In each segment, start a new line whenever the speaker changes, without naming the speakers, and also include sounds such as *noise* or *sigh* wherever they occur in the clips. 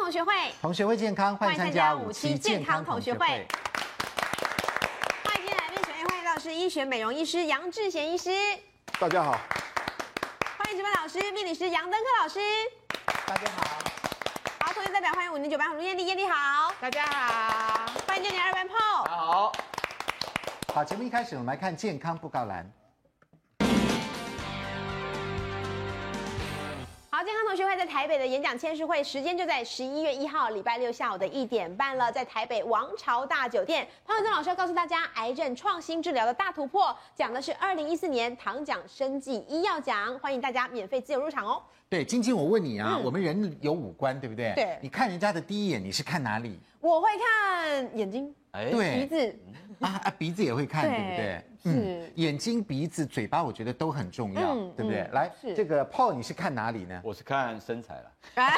同学会健康，欢迎参加五期健康同学会。
欢迎今天来宾，首先欢迎到是医学美容医师杨志贤医师，
大家好，
欢迎值班老师命理师杨登科老师，
大家好，
好，同学代表欢迎五零九班卢艳丽，艳丽好，
大家好，
欢迎今年二班炮，
好，
好，节目一开始，我们来看健康布告栏。
好，健康同学会在台北的演讲签书会时间就在十一月一号礼拜六下午的一点半了，在台北王朝大酒店。潘文正老师要告诉大家，癌症创新治疗的大突破，讲的是二零一四年糖奖生技医药奖，欢迎大家免费自由入场哦。
对，晶晶，我问你啊，
嗯
我们人有五官，对不对？
对
你看人家的第一眼，你是看哪里？
我会看眼睛、
哎
对
鼻子，
啊啊，鼻子也会看，
对
对不对？
是
眼睛、鼻子、嘴巴，我觉得都很重要，
嗯
对不对？
嗯
来
是，
这个 Paul，你是看哪里呢？
我是看身材了，
*laughs* 哎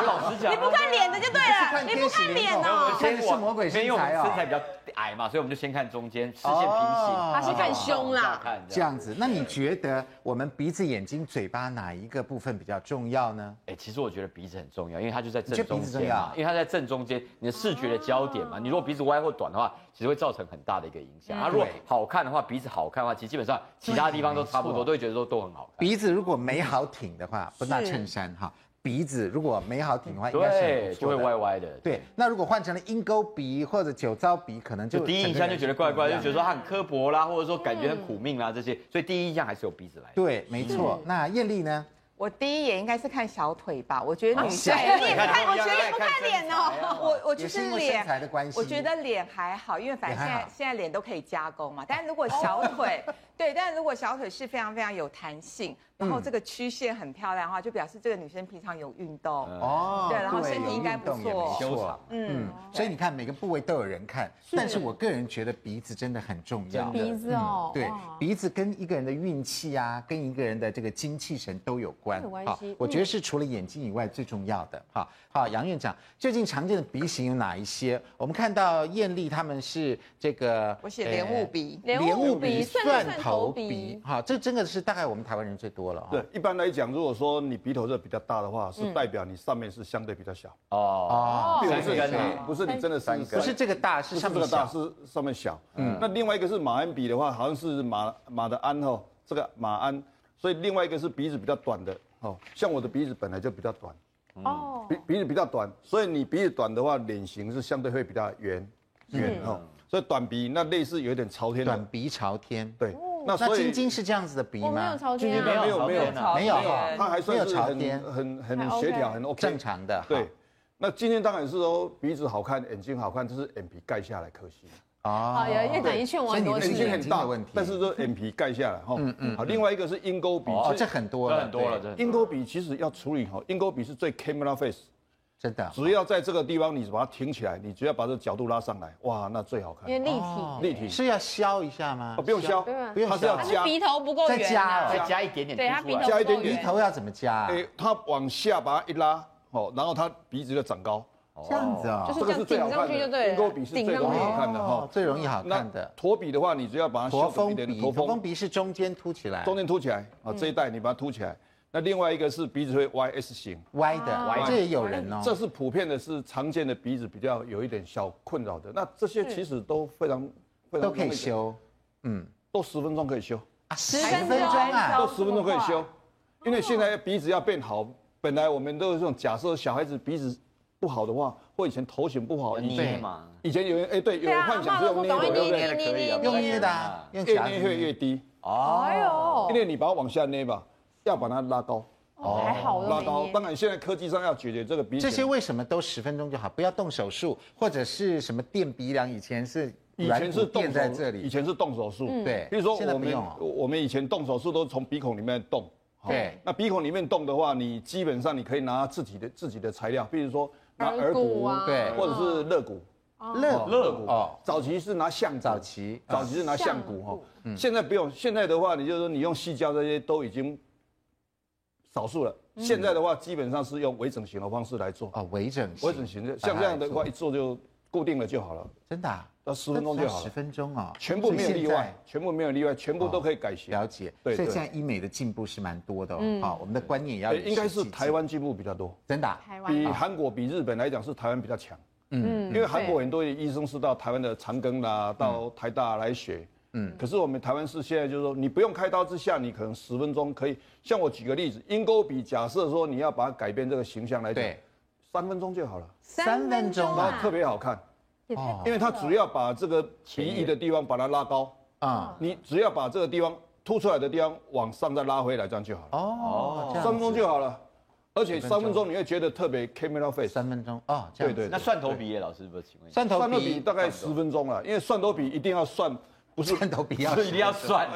我老实讲
你
啊，
不看脸的就对了，你不看脸
没有我
哦
们。
天
先
使是魔鬼身材啊
因为我们身材比较矮嘛，所以我们就先看中间，视线平
哦
行。
他是看
胸啦
往下看
这。样子，那你觉得我们鼻子、眼睛、嘴巴哪一个部分比较重要呢？
哎，其实我觉得鼻子很重要，因为它就在
你觉
正
得鼻
中
子
间
重
嘛
要，
因为它在正中间，你的视觉的焦点嘛。你如果鼻子歪或短的话，其实会造成很大的一个影响。啊，如果
对
好看的话，鼻子好看的话，其实基本上其他地方都差不
没错
多，都会觉得说都很好看。
鼻子如果没好挺的话，不那衬衫哈，鼻子如果没好挺的话，应该是很
对，
不
就
错
会
的
歪。歪的。
对，那如果换成了鹰钩鼻或者酒糟鼻，可能就
就第一印
整个
象
人
就觉得怪怪，
不一
就
样
觉得说他很刻薄啦，或者说感觉很苦命啦这些，所以第一印象还是由鼻子来的。
对，没
嗯
错。那艳丽呢？
我第一眼应该是看小腿吧，我觉得女生，
啊
你也不看，我觉得你不看脸哦。
啊
我我就
也是
是
因为身材
脸。
的关系。
我觉得脸还好，因为反正现
脸还
在
好
现在脸都可以加工嘛。但如果小腿，对，但如果小腿是非常非常有弹性，然后这个曲线很漂亮的话，就表示这个女生平常有运动。
嗯
哦，
对然后身体应该不错
有运动也没
修长
嗯
嗯，，
所以你看每个部位都有人看，但是我个人觉得鼻子真的很重要。
真的
*laughs* 鼻子
嗯
哦，
对
哇，
鼻子跟一个人的运气啊，跟一个人的这个精气神都有关。
有关
好
系嗯
我觉得是除了眼睛以外最重要的。好，好，杨院长，究竟常见的鼻型有哪一些？我们看到艳丽他们是这个，
我写莲雾鼻，
呃，
莲雾
莲雾
鼻
鼻、
蒜
蒜
头
头
鼻
鼻，好，这真的是大概我们台湾人最多了。哈
对，，一般来讲，如果说你鼻头这比较大的话，是代表你上面是相对比较小，
哦，
并
三
不是
根啊，
不是你真的三
不是这个大，是
不是
上
这
面
个大，
小。
是上面小。嗯，那另外一个是马鞍鼻的话，好像是马马的鞍哦，这个马鞍，所以另外一个是鼻子比较短的哦，像我的鼻子本来就比较短，
嗯
哦，
鼻鼻子比较短，所以你鼻子短的话，脸型是相对会比较圆圆哦，所以短鼻那类似有点朝天
短
的，
鼻朝天。
对，
那晶晶是这样子的鼻
我没有
吗？
朝
今
天
天
啊，
没有没有
没有朝
天没有
哈
它还算是
没有
很
朝
很
还
很
OK
协调，很 OK，
正常的。
对，那今天当然是说鼻子好看，眼睛好看，这是眼皮盖下来可惜，
哦
好有院长一劝我
所以
很
你
多
那
次
是
哦眼睛
眼
很
睛
大
的问题。
但是说眼皮盖下来哈，嗯嗯，好，另外一个是鹰钩鼻，
哦，
其
这
实
很多
这
了，
很多了，
对
这很
鹰钩鼻其实要处理好，鹰钩鼻是最 camera face，
真的。
只要在这个地方你把它挺起来，你只要把这角度拉上来，哇，那最好看
因，为立
哦
体，
立体，
是要削一下吗
哦，？不用削
不用，
不用削
它是要
它是
加，
鼻头不够
再
圆
加
啊
再，加一点点凸出
对
来，
它鼻头
加一
不
点
够
点
鼻
圆，
头要怎么加啊？
哎，它往下把它一拉，哦，然后它鼻子就长高，
这样子啊
哦就，是这样顶上去就对了，
鹰钩鼻是最
顶上
容易
去。
看的哈
哦。最容易好
那
看的。
驼鼻的话，你只要把它
驼
削短
峰
一点
鼻，驼
驼
峰
峰
鼻是中间凸起来，
中间凸起来啊，这一带你把它凸起来。那另外一个是鼻子会 Y S 型，
歪
啊
的，这也有人哦。
这是普遍的，是常见的鼻子比较有一点小困扰的。那这些其实都非常非常
都可以
容易，
修
都十分钟可以修，
啊，十
分钟
啊，
都十分钟可以修，因为现在鼻子要变好，本来我们都有这种假设，小孩子鼻子不好的话，或以前头型不好，以前
捏嘛，
以前有人哎对，有
对
人
啊
幻想是
阿嬷都
用
不
捏
懂
的，对不对？
捏的可以啊，
用捏的啊，用
越
夹
捏会
子。
越低，
哎
因
呦，
为你把它往下捏吧，要把它拉高，
还好我
拉
都
高
没。捏。
当然现在科技上要解决这个鼻子
这些为什么都十分钟就好？不要动手术，或者是什么垫鼻梁？以前是
以前是动
垫
手
在这里
以，前是动手术，
对
比如说
现在
我
不
们
用哦
我们以前动手术都从鼻孔里面动，好
对
那鼻孔里面动的话，你基本上你可以拿自己的自己的材料，比如说拿
耳
耳
骨
骨
啊
对
或者是肋骨，
肋
肋骨
哦，
早期是拿象骨
早期嗯
早期是拿象骨哈，现在不用，现在的话你就是说你用细胶这些都已经少数了，现在的话基本上是用微整形的方式来做，
哦，微整形，
微整形的像这样的话一做就固定了就好了，
真的、啊，
呃，十分钟就好
十
了，
分钟哦，
全部没有
所以
例
现在哦
外，全部没有例外，全部都可以改型。
了解，所
对
以现
对
在医美的进步是蛮多的哦。
嗯
好、我们的观念也要
呃
与时
应该是
俱进
台湾进步比较多，
真的啊、
台湾
比韩国、比日本来讲是台湾比较强。
嗯
因为韩国很多医生是到台湾的长庚啦，到台大来学。嗯，可是我们台湾是现在就是说，你不用开刀之下，你可能十分钟可以。像我举个例子，鹰钩鼻，假设说你要把它改变这个形象来讲
对，
三分钟就好了，
三分钟
然后
啊
特别好看，
也太
哦
因为它只要把这个鼻翼的地方把它拉高，
啊、
你只要把这个地方凸出来的地方往上再拉回来，这样就好了，
哦，这
三
样
分钟就好了。而且
分钟
三分钟你会觉得特别 camera face，
三分钟哦，这样
对
子
对
那蒜头鼻也老师不是请问一下，
蒜头
蒜头比
比
大概十分钟了，因为蒜头比一定要算，不是
蒜头比要
是一定要蒜，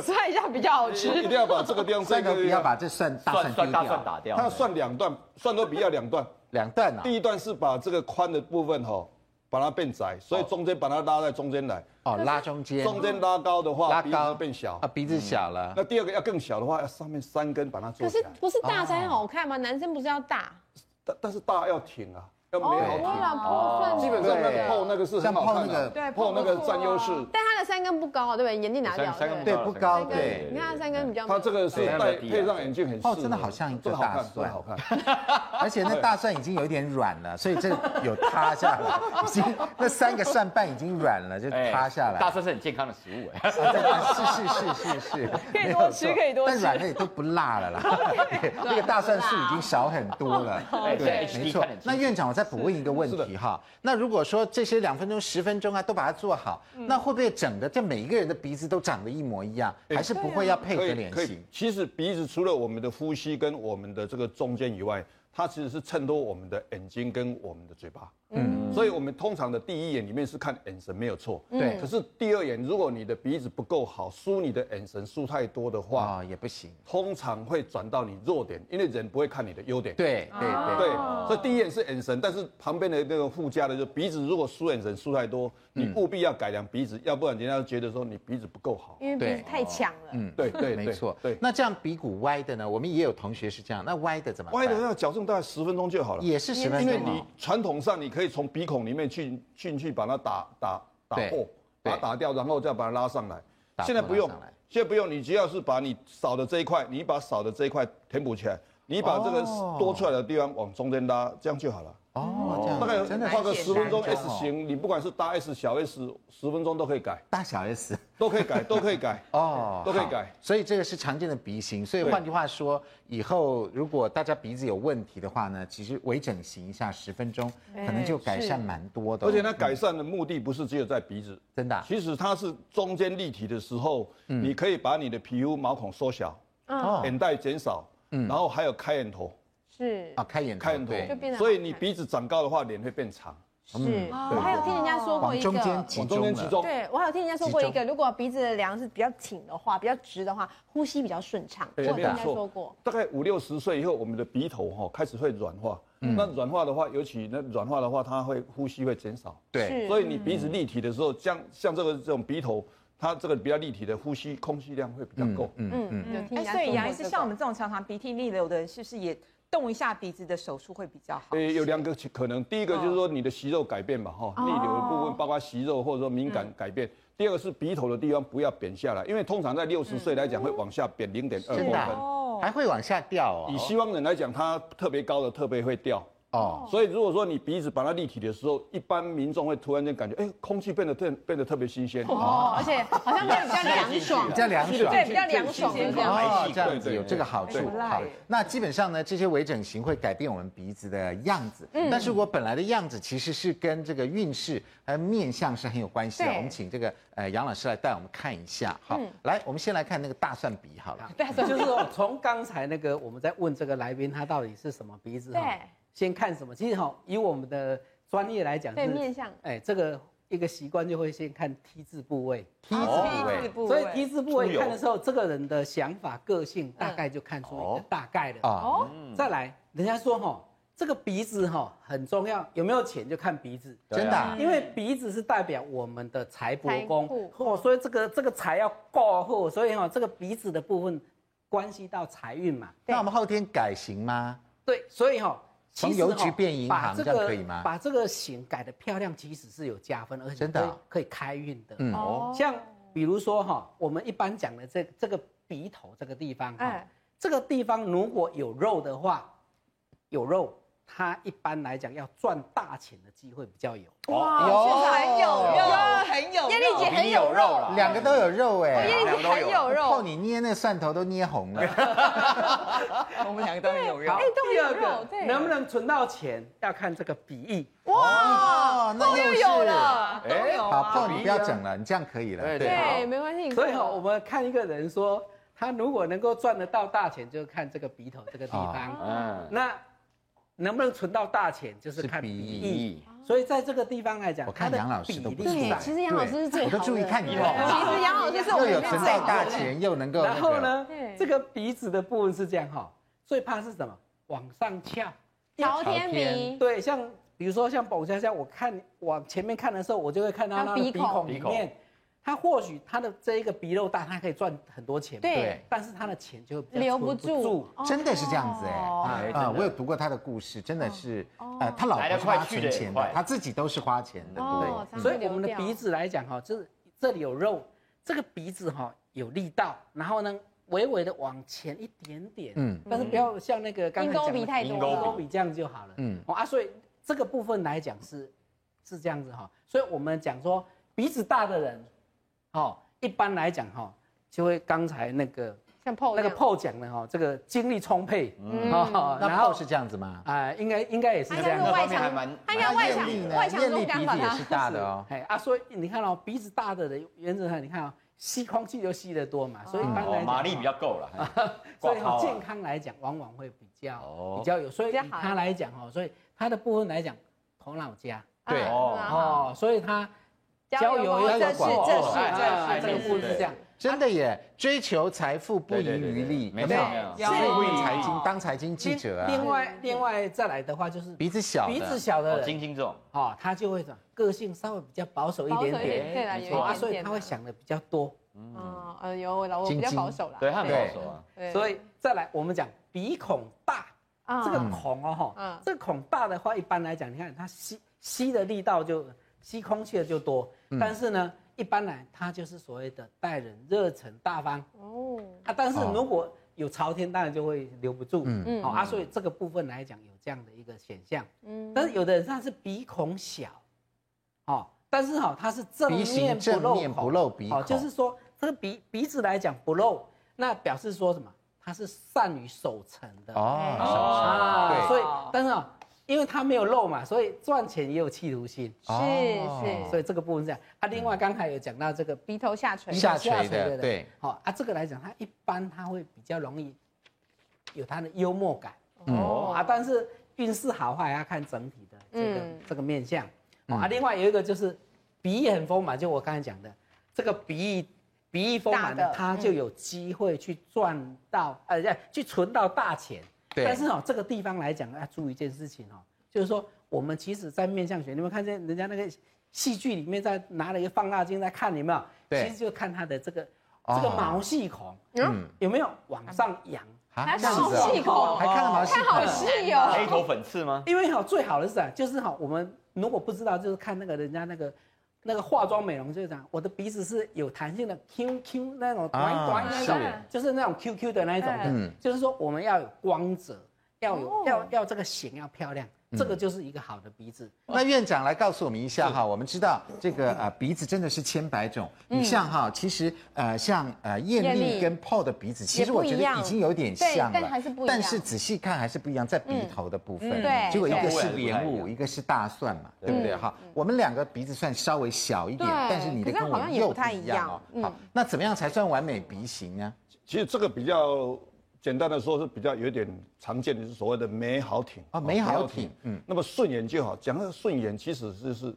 算一下比较好吃。
一定要把这个
*laughs*
地方
蒜头比要把这蒜大蒜丢
蒜蒜大蒜
掉，
打掉。
它要蒜两段，蒜头比要两段。
两段啊，
第一段是把这个宽的部分哈、把它变窄，所以中间把它拉在中间来，
哦拉中间，
中间拉高的嗯话，
拉
鼻
高
子变小
啊。鼻子小了，
那第二个要更小的话，要上面三根把它做
可
起
是
来，
不是大才好看吗？男生不是要大？哦
但但是大要挺啊，要没
哦
好挺。
老婆算
基本上那个碰那个是很好看的，
对
碰那个占优势。
但他的三根不高，啊对不对？眼镜拿掉，对
三三
不对
对不高
三根
对
你看他三根比较没有，
它这个是
对
戴配上眼镜很适合
哦真的好像一个
真的好
大
看，真的
蒜
好看。
而且那大蒜已经有一点软了，所以这有塌下来，已经那三个蒜瓣已经软了，就
哎
塌下来。
大蒜是很健康的食物哎。
啊真的是是是是是，
可以
没有
多吃
错
可以多吃
但软的也都不辣了啦。对那个大蒜素已经少很多了，
哎
对，
现
没
在 HD
错
看得。清
那院长，我再补问一个问
是
题哈，那如果说这些两分钟、十分钟啊，都把它做好，那会不会整个这每一个人的鼻子都长得一模一样？还是不会要 *laughs* 配合
可以
脸
可以
型？。
其实鼻子除了我们的呼吸跟我们的这个中间以外，它其实是衬托我们的眼睛跟我们的嘴巴。嗯，所以我们通常的第一眼里面是看眼神没有错，
对
可是第二眼，如果你的鼻子不够好，梳你的眼神梳太多的话，
哦，也不行。
通常会转到你弱点，因为人不会看你的优点。
对对对。
对，所以第一眼是眼神，但是旁边的那个附加的，就鼻子如果梳眼神梳太多，
嗯
你务必要改良鼻子，要不然人家就觉得说你鼻子不够好。
嗯
因为鼻子太强了。
对对，对
没错，
对。
那这样鼻骨歪的呢？我们也有同学是这样，那歪的怎么办？
歪的要矫正大概十分钟就好了。
也是十分
因
钟
为
哦，
你传统上你可以从鼻孔里面去进去把它打打打
对
破，把它
对
打掉，然后再把它拉上来
打。破
现在不用
拉上来，
现在不用，你只要是把你少的这一块，你把少的这一块填补起来，你把这个
哦
多出来的地方往中间拉，这样就好了。
哦，这样
大概
真的
花个
蛮简
十分钟
单
S
的哦
型，你不管是大 S 小 S，十分钟都可以改，
大小
*laughs*
S。
都可以改，都可以
*laughs*
改。
哦，
都可以
好
改。
所以这个是常见的鼻型。所以
对
换句话说，以后如果大家鼻子有问题的话呢，其实微整形一下十分钟，可能就改善蛮多的哦。
而且它改善的目的不是只有在鼻子，
真的啊嗯
其实它是中间立体的时候，你可以把你的皮肤毛孔缩小，
哦
眼袋减少，然后还有开眼头，
是
啊，开眼头
开眼
对
就变得好
头，所以你鼻子长高的话，脸会变长，
是，我还有听人家说过
往
一个
中，间集
往中
中
间集
了。
中。
对我还有听人家说过一个，如果鼻子的梁是比较挺的话，比较直的话，呼吸比较顺畅。我
对
有
没
听
有
人家
错
说过，
大概五六十岁以后，我们的鼻头哈、开始会软化，
嗯
那软化的话，尤其那软化的话，它会呼吸会减少，
对，
所以你鼻子立体的时候，像像这个这种鼻头，它这个比较立体的呼吸空气量会比较够。
嗯嗯，
有听
哎
人家说过这个。
所以杨医师，像我们这种常常鼻涕逆流的人，是不是也动一下鼻子的手术会比较好？
诶，有两个可能，第一个就是说你的息肉改变嘛，
哦
哈，逆流的部分包括息肉或者说敏感改变。第二个是鼻头的地方不要扁下来，因为通常在六十岁来讲会往下扁零点二
真
公
嗯的
分。
啊
哦
还会往下掉
以
哦。
西方人来讲，它特别高的特别会掉。
哦，
所以如果说你鼻子把它立体的时候，一般民众会突然间感觉，哎，空气变得特变得特别新鲜。
哦，而且好像会比较凉爽
哦
比。较凉爽。
对，比较凉爽
对对
的这
对
样。
哦，
气
这样
对
子
对
有这个好
对
处。
对
好
对，
那基本上呢，这些微整形会改变我们鼻子的样子。但是我本来的样子其实是跟这个运势还有面相是很有关系的。
对
我们请这个呃杨老师来带我们看一下。好，来，我们先来看那个大蒜鼻好了。
就是说从刚才那个我们在问这个来宾他到底是什么鼻子，
对，
先看什么？其实哈，以我们的专业来讲，
对面相，
哎，这个一个习惯就会先看 T 字部位，
T 字部位
哦
鼻子部
所以
位
T 字部位看的时候，这个人的想法、个性大概就看出一个大概了。
哦
啊，
再来，人家说哈，这个鼻子哈很重要，有没有钱就看鼻子。
真的啊
因为鼻子是代表我们的财帛
财
宫
库，
哦，所以这个这个财要够厚，所以哈、这个鼻子的部分关系到财运嘛，
那我们后天改型吗？
对，所以哈、
从
其实
邮
哦
局变银
把
行
这
这样
个
可以吗
把这个型改的漂亮，其实是有加分，而且
真的
可以
啊
可以开运的。
嗯
哦
像比如说哈、我们一般讲的这这个鼻头这个地方、哈，
哎
这个地方如果有肉的话，有肉，它一般来讲要赚大钱的机会比较有。
哇
有
现场很有肉，很哦有肉。
艳丽姐很有肉
哦
了，
两个都有肉哎、
艳丽姐很有
靠
肉，
你捏那蒜头都捏红了，
我们两个都很有肉
好。
哎都很
第
有
二
肉
个
对
能不能存到钱，要看这个笔意。
哇，哦那又是
有了，都有
好，
啊。
泡你不要整了，你这样可以了，
对
对，
好
对，没关系。
所以哈、我们看一个人说，他如果能够赚得到大钱，就看这个鼻头这个地
哦
方。
嗯，
那能不能存到大钱，就是
是
看
鼻
鼻
翼
翼。所以在这个地方来讲，
我看
它的
杨老师都
比
不
例
错
对，
在
其实杨老师是最
我
好的。
都注意看你了，
其实杨老师是我
又
们
有
里面
存
最
到大
好的。
钱，又能够那
然
个
后？呢
对，
这个鼻子的部分是这样哈、最怕是什么？往上翘。
朝天鼻，
对，像比如说像宝佳佳，我看往前面看的时候，我就会看到
它
他的
鼻
鼻
孔
孔里面，他或许他的这一个鼻肉大，他可以赚很多钱，
对
对
但是他的钱就比较
留
存
不住，
真的是这样子哎、
哦
啊
哎真
啊！
的
我有读过他的故事，真的是，呃，他老婆
来得
是
快
花
去
存
得也
钱的
快，嗯
他自己都是花钱的，对
哦，
所以我们的鼻子来讲哈，就是这里有肉，这个鼻子哈有力道，然后呢，微微的往前一点点，
嗯
嗯，但是不要像那个刚才
鹰钩
讲
鼻
的
太多
鹰钩
鹰钩
了，
比这样就好了。
嗯
嗯，哦啊，所以这个部分来讲是是这样子哈、所以我们讲说鼻子大的人，哦，一般来讲哈、就会刚才那个
像泡
那个 PO 讲的哈、这个精力充沛，
嗯哎
哦，
那
然
泡
后
是这样子吗？
啊、应该应该也是
他应
这
该
样
是
子。
外
面还
强
蛮，
他应该外
艳
强
丽呢
外强
艳丽
中干
鼻
吧？
子也
他
是大的
*laughs*
哦，
哎啊，所以你看哦，鼻子大的人原则上你看哦，吸空气就吸得多嘛，所以一般来
哦
讲，哦
马力比较够了，
所以
挂号啊
健康来讲，往往会比较、
哦
比较有。所以
比较
以
好
他来讲哦，所以他的部分来讲，头脑加
啊
对
哦
哦，
哦，所以他
交友
友
广
交
友这
友
是
广
这
哦哎哎
是
哎
这个部分是这样。
真的耶，追求财富不
对
遗
对对
余
对
力，
没
有
错
没有？
没
是
错
不
有
财经当财经记者
另
啊，
外另外再来的话就是
鼻子小的，
鼻子小的
哦，金
人
星这种，
哦，他就会怎么个性稍微比较保守一
保守一
点
点，
点，
对啦，有一
没错
啊，
点
所以
点
他会
啦
想的比较多。
啊，呃，有我老我比较
晶晶
保守啦，
对，他很保
对
守啊，
对
所以再来我们讲鼻孔大，
啊
这个孔哦
嗯
哈，这个孔大的话，一般来讲，你看它吸吸的力道就吸空气的就多，
嗯
但是呢，一般来它就是所谓的待人热忱大方
哦，
啊。但是
哦
如果有朝天，当然就会留不住，
嗯
嗯，好啊，所以这个部分来讲有这样的一个现象，
嗯
但是有的人他是鼻孔小，哦，但是哈、他是正
鼻型
面不
正
露
面
孔
不露鼻
哦，就
孔
是说这个鼻鼻子来讲不露，那表示说什么？他是善于守成的
哦，
哦
小
啊，
对
所以但是啊、因为他没有露嘛，所以赚钱也有企图心，
哦
所以这个部分是这样啊。另外刚才有讲到这个
鼻头下垂，
下垂的，
人
对，，
好、啊，这个来讲，他一般他会比较容易有他的幽默感。
嗯
哦
啊，但是运势好坏要看整体的这个、
嗯
这个面相、
嗯
哦啊。另外有一个就是鼻翼很丰满，就我刚才讲的这个鼻翼鼻翼丰满
大
的
的，
他就有机会去赚到、呃，去存到大钱。
嗯对
但是哦，这个地方来讲要注意一件事情哦，就是说我们其实，在面相学，你们看见人家那个戏剧里面在拿了一个放大镜在看，有没有？
对
其实就看他的这个
哦
这个毛细孔
嗯，
有没有往上扬。
啊，这
小
样子啊
毛细孔
还看得毛细
看
孔，
哦
啊
好细哦，
黑头粉刺吗？
因为哈、最好的是啊，就是哈、我们如果不知道，就是看那个人家那个那个化妆美容，就是讲我的鼻子是有弹性的 Q Q 那种短
啊
短那种，
是
就是那种 Q Q 的那一种的，
嗯
就是说我们要有光泽，要有、
哦
要要这个型要漂亮，
嗯
这个就是一个好的鼻子。
哦
那院长来告诉我们一下哈，我们知道这个呃鼻子真的是千百种，你像哈，其实呃像呃艳
嗯艳
丽
丽
跟 Paul 的鼻子，其实
也不
我
一
觉得
样
已经有点
对
像了，
但还是不一样
但是仔细看还是不一样，在鼻头的部分，
嗯
对
结果一个
对嗯
是莲
不太一
雾，
样
一个是大蒜嘛，对不对哈？我们两个鼻子算稍微小一点，
对
但是你的
可是
跟
好
我
像也
又
不太
一
一
样
样
哦。
嗯
好，那怎么样才算完美鼻型呢？
其实这个比较简单的说是比较有点常见的，是所谓的美好挺
啊美好挺嗯
嗯，那么顺眼就好。讲到顺眼，其实就是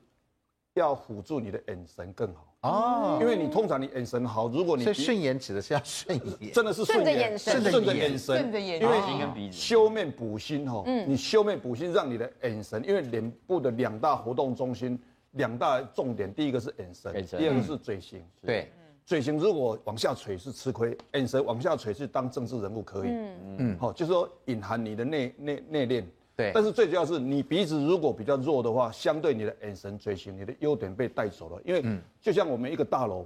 要辅助你的眼神更好，
哦，
因为你通常你眼神好，如果你
所以
鼻
顺眼指的是要顺眼，
真的是顺
顺着眼神
顺着眼神，
顺着眼
因为
睛跟
哦
鼻子
修面补心哈，你修面补心，让你的眼神，因为脸部的两大活动中心，两大重点，第一个是眼
眼
神，
神
第二个是嘴型，
对，
嘴型如果往下垂是吃亏，哦眼神往下垂是当政治人物可以，嗯嗯，好，就是说隐含你的内内内敛，
对
但是最主要是你鼻子如果比较弱的话，相对你的眼神追星，你的优点被带走了。因
嗯
为就像我们一个大楼，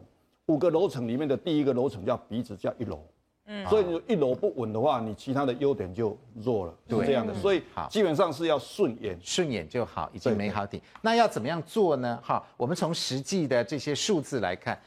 五个楼层里面的第一个楼层叫鼻子，叫一楼。嗯，所以你一楼不稳的话，你其他的优点就弱了，是
对嗯
这样的。所以
好
基本上是要顺眼。
顺眼就好，已
对
经没好底。那要怎么样做呢？哈，我们从实际的这些数字来看，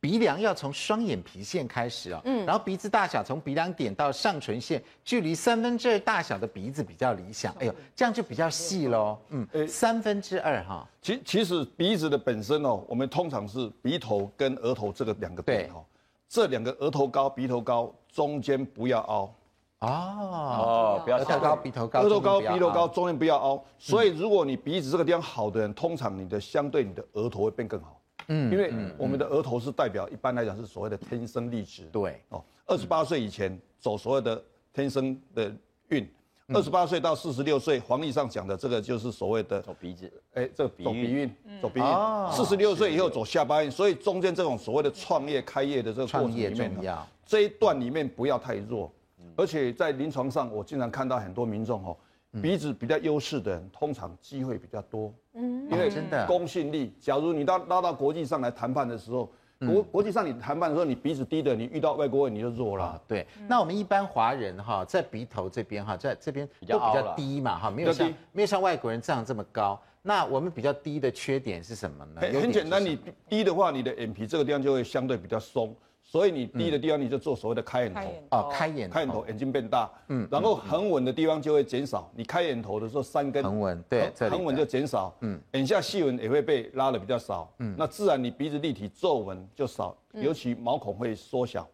鼻梁要从双眼皮线开始哦，嗯，然后鼻子大小从鼻梁点到上唇线，距离三分之二大小的鼻子比较理想。哎呦，这样就比较细喽，嗯，
哎
三分之二哈，
其其实鼻子的本身哦，我们通常是鼻头跟额头这个两个点哦，这两个额头高、鼻头高中间不要凹。
哦，
哦，不要
额头高、鼻头高、
额头高、
中间
鼻
不要啊凹
头
嗯
高，，中间不要凹。所以如果你鼻子这个地方好的人，通常你的相对你的额头会变更好。嗯，因为我们的额头是代表一般来讲是所谓的天生丽质。
对
哦，二十八岁以前走所谓的天生的运，
嗯
二十八岁到四十六岁，黄历上讲的这个就是所谓的
走鼻子，
哎，这个走嗯
比
鼻
喻
运，走鼻运
哦，
四十六岁以后走下巴运，所以中间这种所谓的创业、开业的这个过
创
程
业
里面
重
呢，
要，嗯
这一段里面不要太弱，而且在临床上，我经常看到很多民众哦，
嗯
鼻子比较优势的人，通常机会比较多，嗯，因为
哦真的
公信力。假如你到拉到国际上来谈判的时候，
嗯
国国际上你谈判的时候，你鼻子低的，你遇到外国人你就弱了
啊。，对，那我们一般华人哈，在鼻头这边哈，在这边
比较
都比
凹
较
了
低嘛哈，没有
比较
像
低
没有像外国人这样这么高。那我们比较低的缺点是什么呢？
很
优
哎
点
很简
是
单，
什么
你低的话，你的眼皮这个地方就会相对比较松，所以你低的地方你就做所谓的开眼头
开。眼
哦开眼
开眼头，眼睛变大，嗯，然后横纹的地方就会减少。你开眼头的时候，三根
横纹对
横
这里的
横纹就减少，嗯，眼下细纹也会被拉的比较少，嗯，那自然你鼻子立体，皱纹就少，
嗯
尤其毛孔会缩小，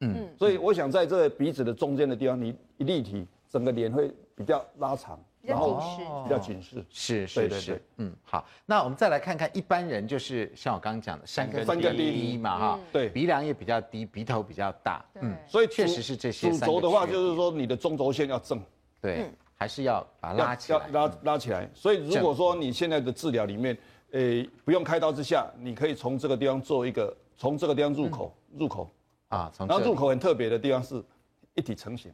嗯，所以我想在这个鼻子的中间的地方，你一立体，整个脸会比较拉长，然后
哦
比较紧实，
是
对
是
对
是
对，
嗯，好，那我们再来看看一般人，就是像我刚刚讲的，山根
山根
低
低
嘛哈，
对
鼻梁也比较低，鼻头比较大，嗯，
所以
确
主
实是这些
主
三个
轴的话，
缺
就是说你的中轴线要正，
对，还是要把它
要
拉起来，嗯
要拉拉起来。所以如果说你现在的治疗里面，诶，不用开刀之下，你可以从这个地方做一个，从这个地方入口，入口，
啊，从
然后
这
入
里
口很特别的地方是一体成型，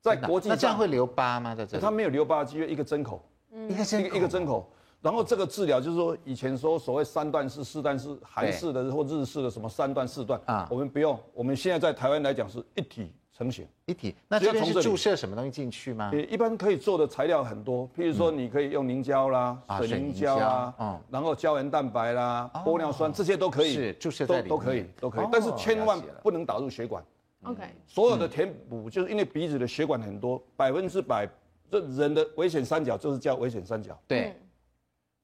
在国际
啊那这样
上
会留疤吗？在这里，
它没有留疤肌，一个针孔，
一个
一个一个针孔。然后这个治疗就是说，以前说所谓三段式、四段式、韩式的或日式的什么三段、四段
啊
啊，我们不用，我们现在在台湾来讲是一体成型。
一体，那这
只要
边
从
是
这里
注射什么东西进去吗？
也一般可以做的材料很多，譬如说你可以用凝胶啦、
啊
水凝胶
水
啦
凝胶嗯，
然后胶原蛋白啦、玻尿酸这些都可以，
哦是注射在里
都
面
都可以，都可以
哦，
但是千万
了解了
不能打入血管。
OK，
所有的填补就是因为鼻子的血管很多，百分之百，这人的危险三角就是叫危险三角。
对，
嗯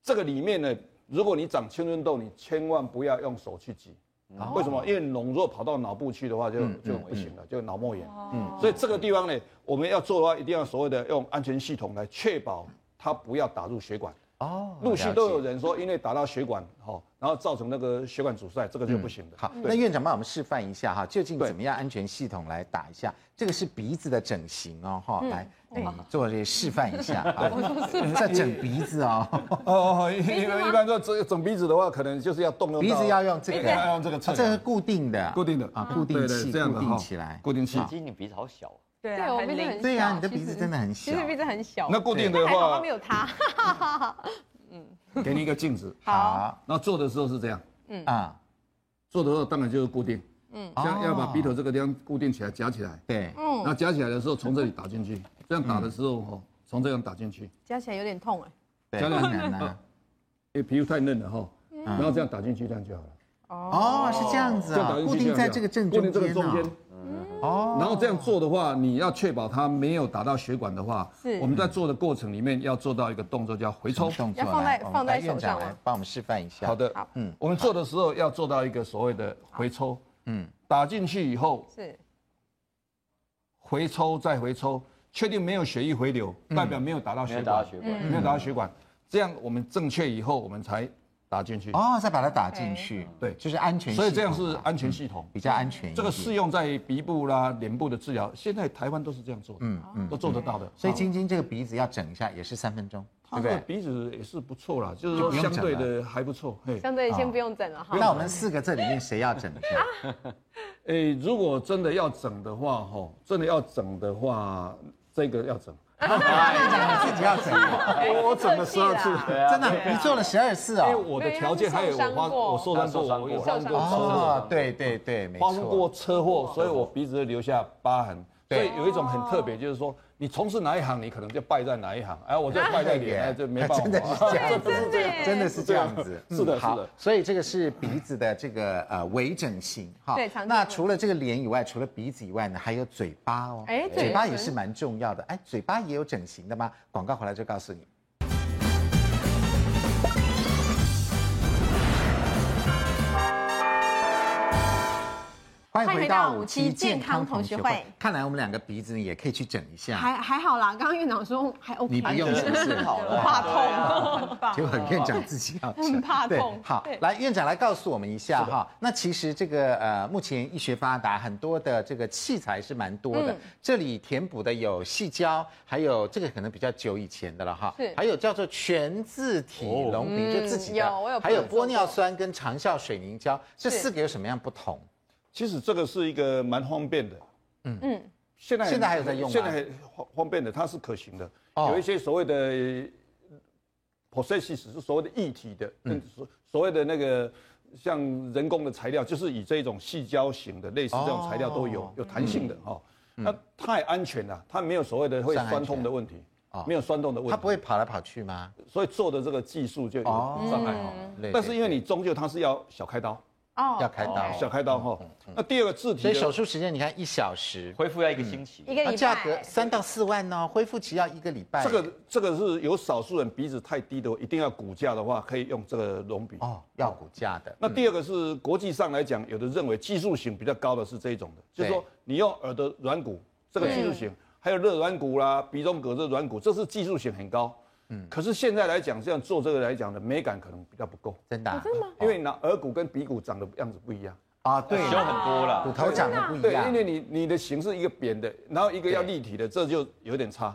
这个里面呢，如果你长青春痘，你千万不要用手去挤。
哦
为什么？因为脓若跑到脑部去的话就，
嗯
就不行了，就脑膜炎。嗯，所以这个地方呢，我们要做的话，一定要所谓的用安全系统来确保它不要打入血管。
哦
陆续都有
了解
人说，因为打到血管，哦，然后造成那个血管阻塞，这个就不行的。
好，
对
那院长帮我们示范一下哈，究竟
对
怎么样安全系统来打一下？这个是鼻子的整形哦，哈，
嗯
来，哎，做这个示范
*laughs*
一下，好，在整鼻子
*laughs*
哦，
哦，一一般说整整鼻子的话，可能就是要动用到
鼻子要用这个，
要用这个
啊
秤啊
这是固定的，
固定的嗯
啊，固定
对对
器，
这样
固
的
定
哈
起来。
固定器
其。实你鼻子好小啊，
对
对
啊，
我
很
鼻子
灵
很
对
呀、
啊你的鼻子真的很
其
小
实鼻子很小。
那固定的
还好他
话
没，有塌。 *laughs*
给你一个镜子，
好
那做的时候是这样，
啊，
做的时候当然就是固定，嗯，像
哦嗯
要把鼻头这个地方固定起来，夹起来，
对，
那夹起来的时候从这里打进去，这样打的时候
嗯
哦，从这样打进去，
加起来有点痛哎。
对，
加
很
两
难啊。
因为皮肤太嫩了哈，然后这样打进去，这样就好了，
哦，嗯是这样子
这样打
啊，
进去
固定
这样
在
就好
这个正
固定
中
这个
间
中
哦
间。
哦，
然后这样做的话，你要确保它没有打到血管的话，我们在做的过程里面要做到一个动作叫回抽。
动作
要放
来
在
我们
放在
来院
手
长
上吗
来帮我们示范一下。
好，的，嗯，我们做的时候要做到一个所谓的回抽，嗯，打进去以后
是
回抽再回抽，确定没有血液回流，代表没有打到
没有
血
打到
管，
血管。
没有打到血管，这样我们正确以后我们才打进去，
哦，再把它打进去，
对
就是安全系统嗯
所
啊。
以这样是安全系统。
比较安全一点。
这个适用在鼻部啦、脸部的治疗，现在台湾都是这样做的，嗯嗯，都做得到的。
所以晶晶这个鼻子要整一下，也是三分钟，对
他
不
的
对？
鼻子也是不错啦，就是
就
说
不用
相
讲
对
了
的还不错。嘿，
相对先不用整了哈。
啊那我们四个这里面谁要整一下？
啊
诶，如果真的要整的话，吼，真的要整的话，这个要整。
你 *laughs* 自己要整
*laughs*
我，
我我整了十二次。 *laughs*
对啊
真的，你做了十二次
因为
哦。
哎我的条件还有我花，我受伤过，我有发生过车
哦
祸，，
对对对，没
发生过
错。
车祸，所以我鼻子会留下疤痕。所
对
以有一种很特别，就是说你从事哪一行，你可能就败在哪一行。哎，我就败在脸，哎
*laughs*
这没办法。
真的是这样子，
*laughs*
对
真的是这样子，
是的
嗯好
是的
所以这个是鼻子的这个呃微整形哈。
对常见
那除了这个脸以外，除了鼻子以外呢，还有嘴巴哦。
哎对
嘴巴也是蛮重要的。哎，嘴巴也有整形的吗？广告回来就告诉你。欢迎回到五期健康同学
欢迎回到五
会
期健康同学会。
看来我们两个鼻子也可以去整一下。
还还好啦，刚刚院长说还 OK，
你不用是不是？
*laughs*
我怕痛，很棒
结果院长自己要吃，
很怕
对
痛
好
对，
来院长来告诉我们一下哈。那其实这个呃，目前医学发达，很多的这个器材是蛮多的。这里填补的有细胶，还有这个可能比较久以前的了哈
是，
还有叫做全自体隆鼻，就自己的，
有我有
还有
朋友做
玻尿酸跟长效水凝胶，这四个有什么样不同？
其实这个是一个蛮方便的，嗯
嗯
嗯，现在
现在还有在用吗
现在还方方便的，它是可行的。
哦
有一些所谓的 prosthesis 是所谓的一体的，嗯，所所谓的那个像人工的材料，就是以这种细胶型的类似这种材料都有，
哦嗯
有弹性的哈、哦那太安全了，它没有所谓的会
算安
酸痛
全
的问题
哦，
没有酸痛的问题，
它不会，哦跑来跑去吗？
所以做的这个技术就有障碍哈、
对
但是因为
对
你终究它是要小开刀，
哦
要开刀，
小开刀哈、那第二个字体，
嗯所以手术时间你看一小时，
恢复要一个星期。
一个
那
礼
啊价格
拜，
三到四万哦，恢复期要一个礼拜。
这个这个是有少数人鼻子太低的，一定要骨架的话，可以用这个隆鼻。
哦，嗯要骨架的。
那第二个是国际上来讲，有的认为技术型比较高的是这一种的，就是说
对嗯
你用耳的软骨这个技术型，还有肋软骨啦、鼻中隔这软骨，这是技术型很高。嗯，可是现在来讲，这样做这个来讲的美感可能比较不够，
真
哦
的、啊？真的吗？
因为拿耳骨跟鼻骨长的样子不一样。
啊，对
修
啦，
很多
骨
了，
头长得嗯不一
对，
啊
样。
因为你你的形是一个扁的，然后一个要
对嗯
立体的，这就有点差。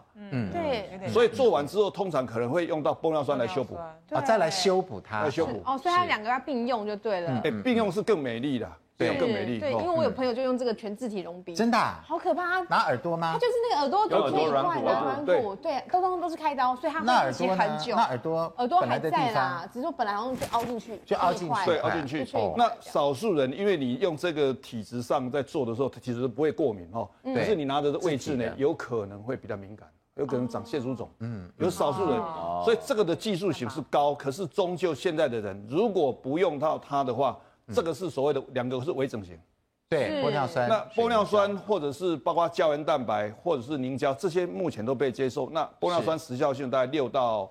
对
所以做完之后，通常可能会用到玻尿酸来修补。
啊，再来修补它。
来修补
哦，所以它两个要并用就对
嗯
了。
哎，并用是更美丽的，并用
是
更美丽。哦
对，因为我有朋友就用这个全自体隆鼻，
哦真的、啊？
好可怕，
拿耳朵吗
他？就是那个耳朵
有耳
这
朵
一块
软骨
的
啊
软
对
骨，对，都都都是开刀，所以它
那
会
耳
期
朵
很
呢？
久
那。耳朵
耳朵
本来
还
的地
在
方
啦，只是我本来好像就凹进去，
就凹
这
进去
一块
对，凹进去
哦
就这一块。
那少数人，因为你用这个体质上在做的时候，它其实不会过敏哦。
嗯
可是你拿着的位置呢
自己的，哦
有可能会比较敏感，有可能长蟹足肿。嗯，有少数人，
哦
哦
所以这个的技术型是高，可是终究现在的人如果不用到它的话，
嗯
这个是所谓的两个是微整形。
对
是
玻尿酸。
那玻尿酸或者是包括胶原蛋白或者是凝胶，这些目前都被接受。那玻尿酸时效性大概六到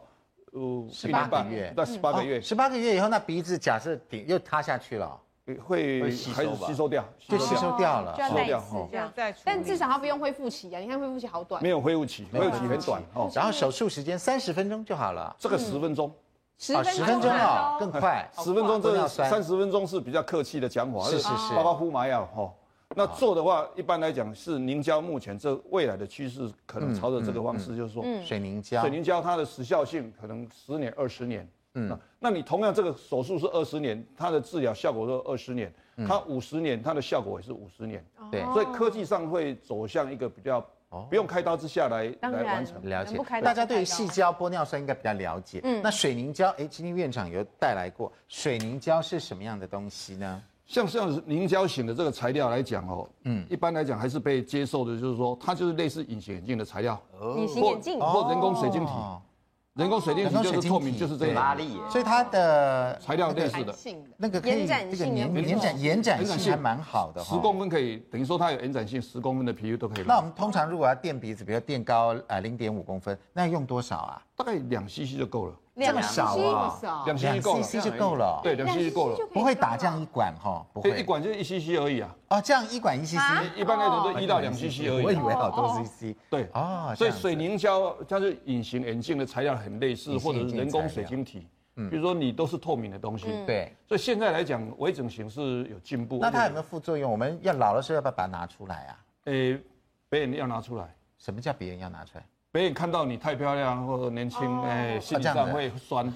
呃
18
一年半
个月嗯
到十八个月
哦十八、18个月以后，那鼻子假设顶又塌下去了，
呃会
会吸收
还是
吧
吸收掉，
就
吸
吸
收掉
收掉了。
就要
收
再一
掉
次
哦
这样，
再处
啊
理
但至少它不用恢复期啊！你看恢复期好短
没，有恢复期，恢复期很短哦，
然后手术时间三十分钟就好了，
这个十分钟。
十
啊，
分
十
钟
分钟
啊
哦，更快。
十分钟
玻
这
尿酸
三十分钟是比较客气的讲法，
是是是
包括敷麻药哈。那做的话，一般来讲是凝胶，目前这未来的趋势可
嗯
能朝着这个方式，就是说
嗯
水凝胶
水，凝胶它的时效性可能十年、二十年。嗯，那你同样这个手术是二十年，它的治疗效果是二十年，
嗯
它五十年，它的效果也是五十年。
哦
对，
所以科技上会走向一个比较
哦
不用开刀之下来
当
来
然
完成。
了解
能不开，刀
大家对于
不开刀
细胶、玻尿酸应该比较了解。嗯，那水凝胶，哎，今天院长有带来过，水凝胶是什么样的东西呢？
像像凝胶型的这个材料来讲哦，嗯，一般来讲还是被接受的，就是说它就是类似隐形眼镜的材料，
隐形眼镜
或或人工水晶体，
哦
人工水晶
人
体
工水
就是透
晶
明，
体
就是这
对
样
拉力耶
所以它的
材料类似
弹
的，
性的，
那个可以
延展
这个
性也
延
不错
延展延展
延展
性
性
还蛮好的哈
十公分可以等于说它有延展性，十公分的皮肤都可以拉。
那我们通常如果要垫鼻子，比如垫高呃零点五公分，那用多少啊？
大概两 cc 就够了，
这么少啊？
两 cc 够
两
了，
cc 就够了
对，两 ccc 够了，
不会打这样一管哈？不
对，
会
一管就一 cc 而已啊，
哦，这样一管一 cc，
啊
一般来讲都一到两 cc 而
哦我以
已啊。
为好多 cc。
对
哦，
所以
这样子
水凝胶它是隐形眼镜的材料很类似，
隐
或
形眼
者是
镜
人工
材
水
料嗯
晶体，比如说你都是透明的东西，
嗯
对。
所以现在来讲，微整形是有进步。
那它有没有副作用？我们要老的时候要不要把它拿出来啊？
哎呃，别人要拿出来，
什么叫别人要拿出来？
别人看到你太漂亮或者年轻，哎、心
哦
理
这样
上
子
会酸。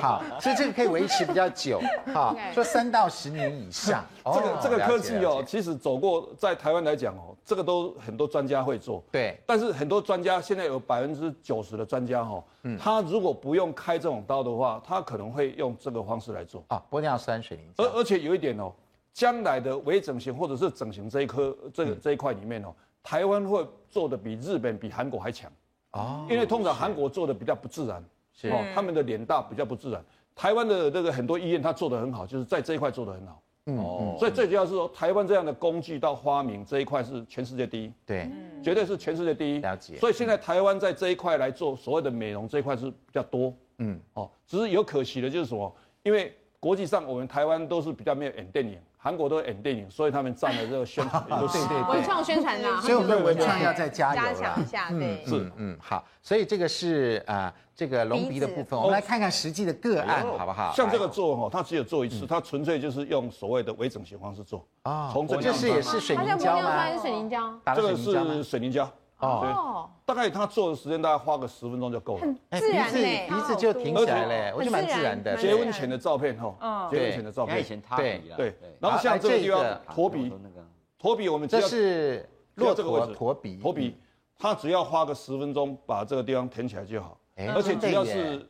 好，所以这个可以维持比较
*laughs*
久，哈，说三到十年以上。
*laughs* 这个这个
了
科
解
技
了
哦，
解
其实走过在台湾来讲哦，这个都很多专家会做。
对
但是很多专家现在有百分之九十的专家哈、哦，
嗯
他如果不用开这种刀的话，他可能会用这个方式来做。
啊，玻尿酸水凝
而
胶，
而且有一点哦，将来的微整形或者是整形这一科这
嗯
个、这一块里面哦，台湾会做的比日本、比韩国还强
哦，
因为通常韩国做的比较不自然，
是
哦，他们的脸大比较不自然。台湾的那个很多医院他做的很好，就是在这一块做的很好。
哦，
所以最主要是说，台湾这样的工具到发明这一块是全世界第一，
对，
嗯
绝对是全世界第一。
了解
所以现在台湾在这一块来做所谓的美容这一块是比较多。
嗯
嗯。哦，只是有可惜的就是什么？因为国际上我们台湾都是比较没有演电影，韩国都有演电影，所以他们占了这个宣传的优势。
对对
文
对。
创宣传
啊
啦，
所以我们的文创要再加油
加
了
强一下，对。
是
嗯嗯，好，所以这个是啊、呃这个隆鼻的部
鼻
分，我们来看看实际的个
哎
案，好不好？
像这个
来
做哦，他只有做一
嗯
次，他纯粹就是用所谓的微整形方式做。
啊，
从这
我这
两
是
张
也是水
它叫
凝
玻
胶
尿
吗
酸？水凝胶，
打
这
了水
个
凝胶吗
是？水凝胶，
哦，
哦，
大概他做的时间大概花个十分钟就够了。
哎
自
鼻
然
子
嘞哦
鼻子就挺起来嘞，我觉得蛮自然的。
很自
结
然
婚前的照片哈，
嗯
结婚前的照
你看以
片。
前塌鼻啊，
对，然后像这个地
好来
方
这
驼鼻，
那个
驼鼻我们只
这
要
是骆驼驼鼻，
驼鼻，它只要花个十分钟把这个地方填起来就好，
哎
而且
真的
只要
耶
是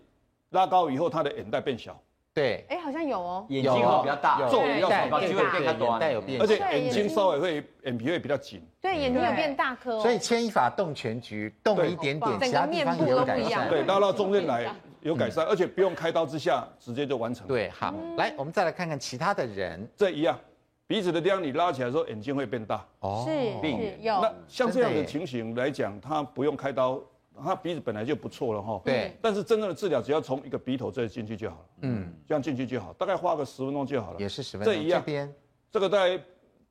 拉高以后，它的眼袋变小，
对，
哎，好像有哦，
眼
有
睛好像比较大，
有
皱纹要
眼
少
搞
袋
机
对对
会变
对
看多啊
眼袋有变
而且
对
眼睛稍微会眼皮会比较紧。
对，眼睛有变大颗哦，
所以牵一发动全局，动了一点点，
对
其他地方也有改善。
对，拉到中间来有改善，而且不用开刀之下直接就完成。，
嗯对，好，来，我们再来看看其他的人
这一样，鼻子的地方你拉起来的时候，眼睛会变大。
哦
是
病
是
人
有
那像这
真的
样的
耶
情形来讲，它不用开刀，它鼻子本来就不错了哈。
对，
但是真正的治疗只要从一个鼻头这里进去就好了，
嗯，
这样进去就好，大概花个十分钟就好了。
也是十分
这
钟，
一
这
样
边。
这个大概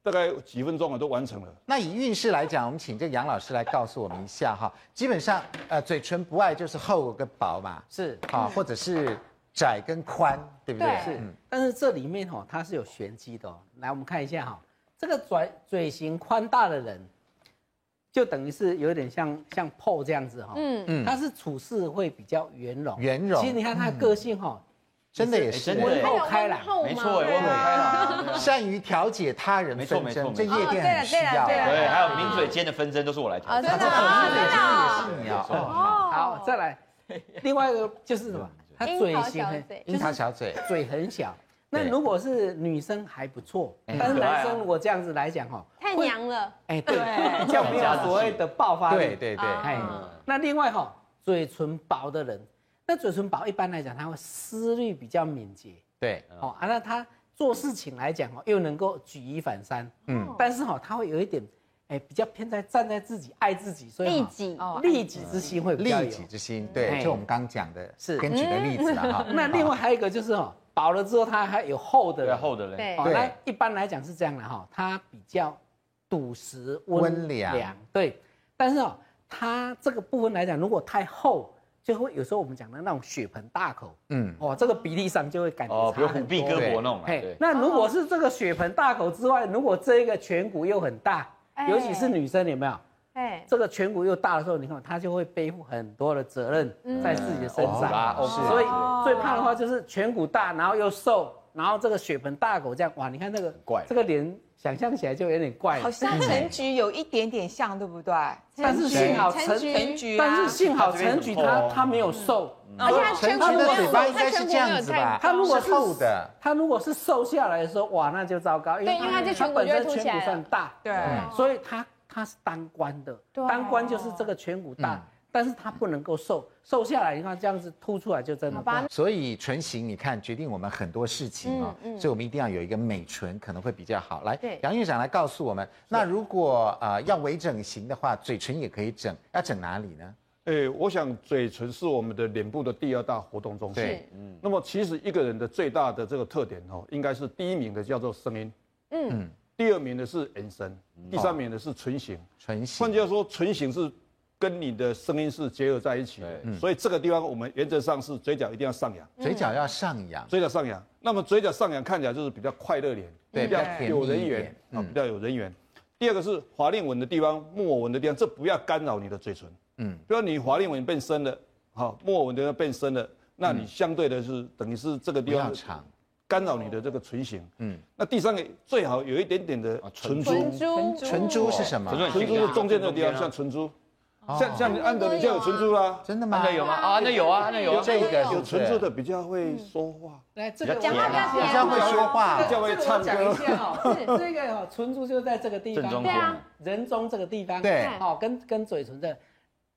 大概几分钟啊都完成了。
那以运势来讲，我们请这个杨老师来告诉我们一下哈。基本上，呃，嘴唇不爱就是厚跟薄嘛，
是
好，或者是窄跟宽，对不对？嗯
对
是，但是这里面哈、它是有玄机的、哦。来，我们看一下哈、这个嘴嘴型宽大的人，就等于是有点像像 PO 这样子哈、
嗯
嗯
嗯，他是处事会比较圆融，
圆融
其实你看他的个性哈、
真的也
哎
是
真的
哎
耶
厚开朗
还有温厚吗
没错，我很开朗。对啊
善于调解他人
没错
纷
没
争，
错
这
没错
夜店很需要。啊
哦对了
对，啊还有抿嘴间的纷争都是我来挑
啊，
的。
真的啊，真的啊，
是你啊，
对
哦
好，再来，另外一个就是什么？他
樱
嘴
桃
型
小
很
嘴
樱桃小嘴，
嘴很小。
对哎
那如果是女生还不错，
嗯
但是
可爱啊
男生如果这样子来讲哈、
太娘了，
哎，对，
对
嗯
比较没有所谓的爆发力。
对对
啊
对，
嗯
哎，那另外哈、嘴唇薄的人，那嘴唇薄一般来讲，他会思虑比较敏捷，
对，
哦，啊，那他做事情来讲哦，又能够举一反三，
嗯
嗯，但是哈、他会有一点，哎，比较偏在站在自己爱自己，所以哈
利己
哦
利己之心会比较
利
有
己。之心，对，
哎
就我们刚讲的，
是
跟举的例子了哈。
那另外还有一个就是哦，薄了之后他还有厚
对
的
啊
人，
厚的嘞，
对
哦，
对
那一般来讲是这样的哈、它比较笃实
温
温
良
良，对。但是哦，它这个部分来讲，如果太厚，就会有时候我们讲的那种血盆大口，
嗯，
哦，这个比例上就会感
哦
觉，
比如
差
虎
很
臂
多。
胳膊那种啊，
嘿
对，，
那如果是这个血盆大口之外，如果这一个颧骨又很大，
哎
尤其是女生有没有？
哎，
这个颧骨又大的时候，你看她就会背负很多的责任在自己的身
欧
上。
普拉欧普拉
所以
之
最怕的话就是颧骨大，然后又瘦，然后这个血盆大口这样，哇，你看这个
怪
这个脸想象起来就有点怪
好
了。
像陈菊有一点点像，对不对？
但是幸好
陈
陈
菊
陈菊啊，嗯
但是幸好陈菊
他这边很
她
厚哦
她没有瘦，
而且它
陈
颧
菊
骨
的
没
嘴
有
巴应该是这样子吧？
她如果是
厚哦的，
她如果是瘦下来的时候，哇，那就糟糕，因
对因为她这颧骨
本身
就会凸起来
颧
了
骨算大，
对，
所以她她是当官的，
对
当官就是这个颧骨大
嗯，
但是她不能够瘦，瘦下来你看这样子凸出来就真的不好。
所以唇形你看决定我们很多事情哦，所以我们一定要有一个美唇可能会比较好。来
对，
杨院长来告诉我们，那如果呃要微整形的话，嘴唇也可以整，要整哪里呢？
诶，哎我想嘴唇是我们的脸部的第二大活动中心。
对，
那么其实一个人的最大的这个特点哦，应该是第一名的叫做声音，嗯，第二名的是眼神，第三名的是唇形。
唇形
换句话说，唇形是跟你的声音是结合在一起的，所以这个地方我们原则上是嘴角一定要上扬，
嘴角要上扬，
嘴角上扬。那么嘴角上扬看起来就是比较快乐脸，
对
比较
比较甜蜜
有
一
人
点
缘啊，比较有人缘。第第二个是法令纹的地方、木偶纹的地方，这不要干扰你的嘴唇。嗯，比如你法令纹变深了，好，木偶纹的地方变深了，那你相对的是、等于是这个
不
地
要
方
长，
干扰你的这个唇形。
嗯
嗯，那第三个最好有一点点的
啊
唇
唇
珠
珠，
唇珠
唇珠是什么？
唇珠
唇珠的中间的地方像唇珠，像像你安德你就有唇珠啦。
真的吗？
安德有吗？啊，那有啊，那有啊。
这个
有唇珠的比较会说话，
来，这个
比较甜啊
比较会说话
比较会唱歌
这个我讲一下哦，这个哦，唇珠就在这个地
正中
方，
对
间
啊，
人中这个地方，
对
哦，跟跟嘴唇这，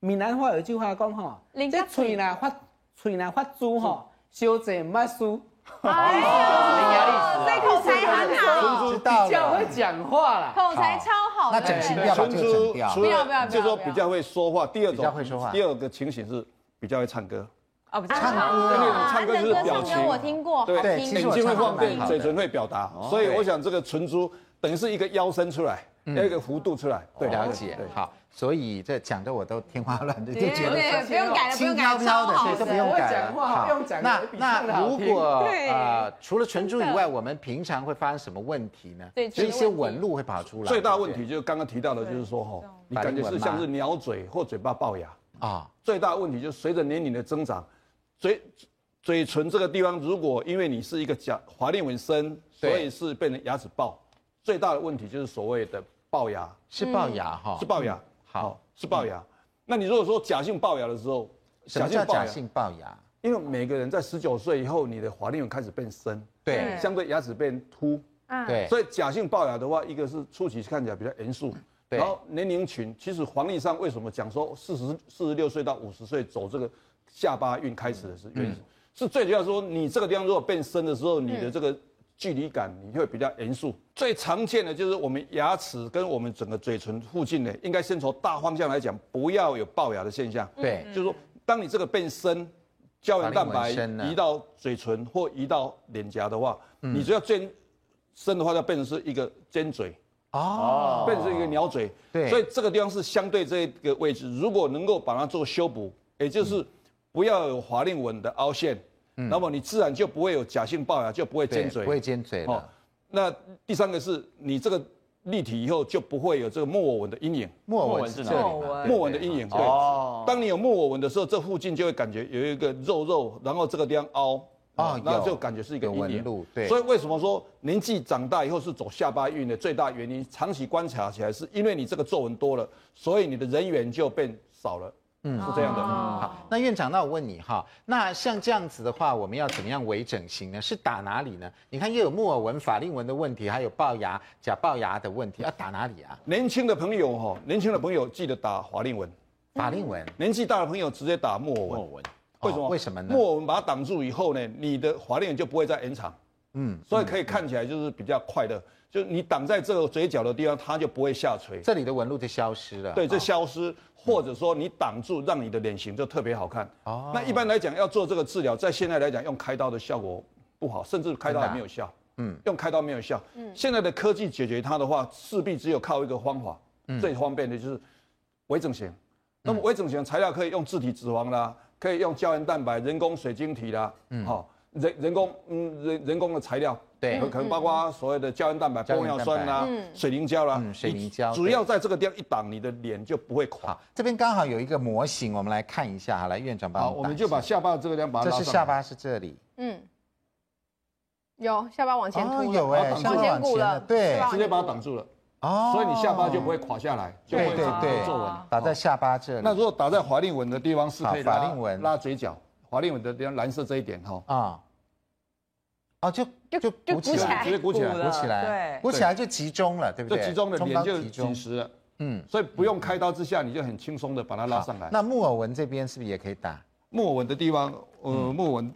闽南话有一句话讲吼，
零
这嘴呐发嘴呐发猪吼，小嘴唔捌输，
哎
伶
呀，
牙俐齿啊。
口才很好，
知道
比较会
了。
讲话啦。
口才超好的，
那整形
对
不要把这个整掉
除
不要不要
了
不要
就说比较会说话，第二
比较会说
种
话
第二个情形是比较会唱歌，
哦，不是
唱
唱
歌
那
啊，
种唱歌就是表情
唱歌我听过，
对
好
对
听
其实
眼
我
睛会
唱
放
得蛮好
电，
的哦
嘴唇会表达，所以我想这个唇珠等于是一个腰身出来，要一个弧度出来，对，
嗯哦了解
对，
好，所以这讲的我都天花乱坠，就
对
觉得
对，不用改了，不
轻
用
飘
改了，
飘
超
的，
好
对，都不用
的。
改
讲话
了。
不用讲
那
比
那
唱得好
如
听
果
对
呃，除了唇珠以外，我们平常会发生什么问题呢？
对
就一
这
些
个问题
纹路会跑出来。
最大问
对
题就是刚刚提到的，就是说哈，你
法
感
令
觉
纹
是像
吗
是鸟嘴或嘴巴龅牙。
不对啊，
最大的问题就是随着年龄的增长，嘴嘴唇这个地方，如果因为你是一个假华令纹深，所
对
以是变成牙齿龅，最大的问题就是所谓的龅牙，
是龅牙哈
是。龅牙，
好，
哦
嗯
是龅牙。那你如果说假性龅牙的时候，
什么叫假性龅牙？
因为每个人在十九岁以后，你的华令纹开始变深，
对
相对牙齿变凸，
对
所以假性龅牙的话，一个是初期看起来比较严肃，
对
然后年龄群，其实黄历上为什么讲说四十四十六岁到五十岁走这个下巴运开始的
嗯
是原因，是最主要说你这个地方如果变深的时候，你
嗯
的这个距离感你会比较严肃。最常见的就是我们牙齿跟我们整个嘴唇附近呢，应该先从大方向来讲，不要有龅牙的现象。
对
就是说，当你这个变深，胶原蛋
法
白
令纹深了嗯
移到嘴唇或移到脸颊的话，你只要尖深的话，就变成是一个尖嘴，
哦，
变成是一个鸟嘴。
对
所以这个地方是相对这个位置，如果能够把它做修补，也就是不要有法令纹的凹陷，那么你自然就不会有假性龅牙，就不会
嗯对
尖嘴
不。会尖嘴
哦
了。，
那第三个是你这个立体以后就不会有这个木偶纹的阴影。
莫
墨
文
纹
是
是
这
哪
里
里
嘛
墨纹
木纹的阴影，对。
哦
当你有木偶纹的时候，这附近就会感觉有一个肉肉，然后这个地方凹，
哦
啊，
有
那就感觉是一个
有
阴
纹
影
路对
所以为什么说年纪长大以后是走下巴运的最大原因？长期观察起来，是因为你这个皱纹多了，所以你的人缘就变少了，嗯，是这样的。
啊哦
好，那院长，那我问你哈，那像这样子的话，我们要怎么样微整形呢？是打哪里呢？你看又有木偶纹、法令纹的问题，还有龅牙、假龅牙的问题，要打哪里啊？
年轻的朋友哈，年轻的朋友记得打法令纹，
法令纹，
年纪大的朋友直接打木偶
墨
纹。
纹
嗯为什么？
哦为什么呢
木偶纹把它挡住以后呢，你的法令纹就不会再延长。
嗯，
所以可以看起来就是比较快乐，就你挡在这个嘴角的地方，它就不会下垂。
这里的纹路就消失了。
对，这
哦
消失，或者说你挡住，让你的脸型就特别好看。
哦
那一般来讲，要做这个治疗，在现在来讲，用开刀的效果不好，甚至开
真
刀
的啊
还没有效。
嗯
嗯，用开刀没有效。嗯，现在的科技解决它的话，势必只有靠一个方法，
嗯
最方便的就是微整形。那么微整形材料可以用自体脂肪啦，可以用胶原蛋白、人工水晶体啦，好、人人工嗯人人工的材料，
嗯对
可可能包括所谓的胶原蛋白、
胶
玻
原蛋
尿
白
酸啦、水凝胶啦
嗯，水凝胶
你主
对
要在这个地方一挡，你的脸就不会垮。
好，这边刚好有一个模型，我们来看一下。好，来院长帮
好，
们
我们
打一
就把
下
下巴这个地方把它
这
拉
是
上
下
来。
巴是这里，
嗯，有下巴往前凸了，
有哎，
往
稍微
前
往
鼓
前
了
了，对
是，吧
直接把它挡住了，
哦
所以你下巴就不会垮下来，就不
对
会
对
长
对
皱纹。
打在下巴这里。
那如果打在法令纹的地方是可以
好
拉
法令纹
拉嘴角，法令纹的地方蓝色这一点哈，
啊，哦，就
就
就
就
鼓
鼓
起
起
来
来，
直接鼓起来，
鼓起来，
对
鼓起来就集中了，对不
就
对？
集中的
冲
脸
到
就
集
紧
中。
实了。
嗯，
所以不用开刀之下，你就很轻松的把它拉
好
上来。那
那木偶纹这边是不是也可以打？
木偶纹的地方，呃，木偶纹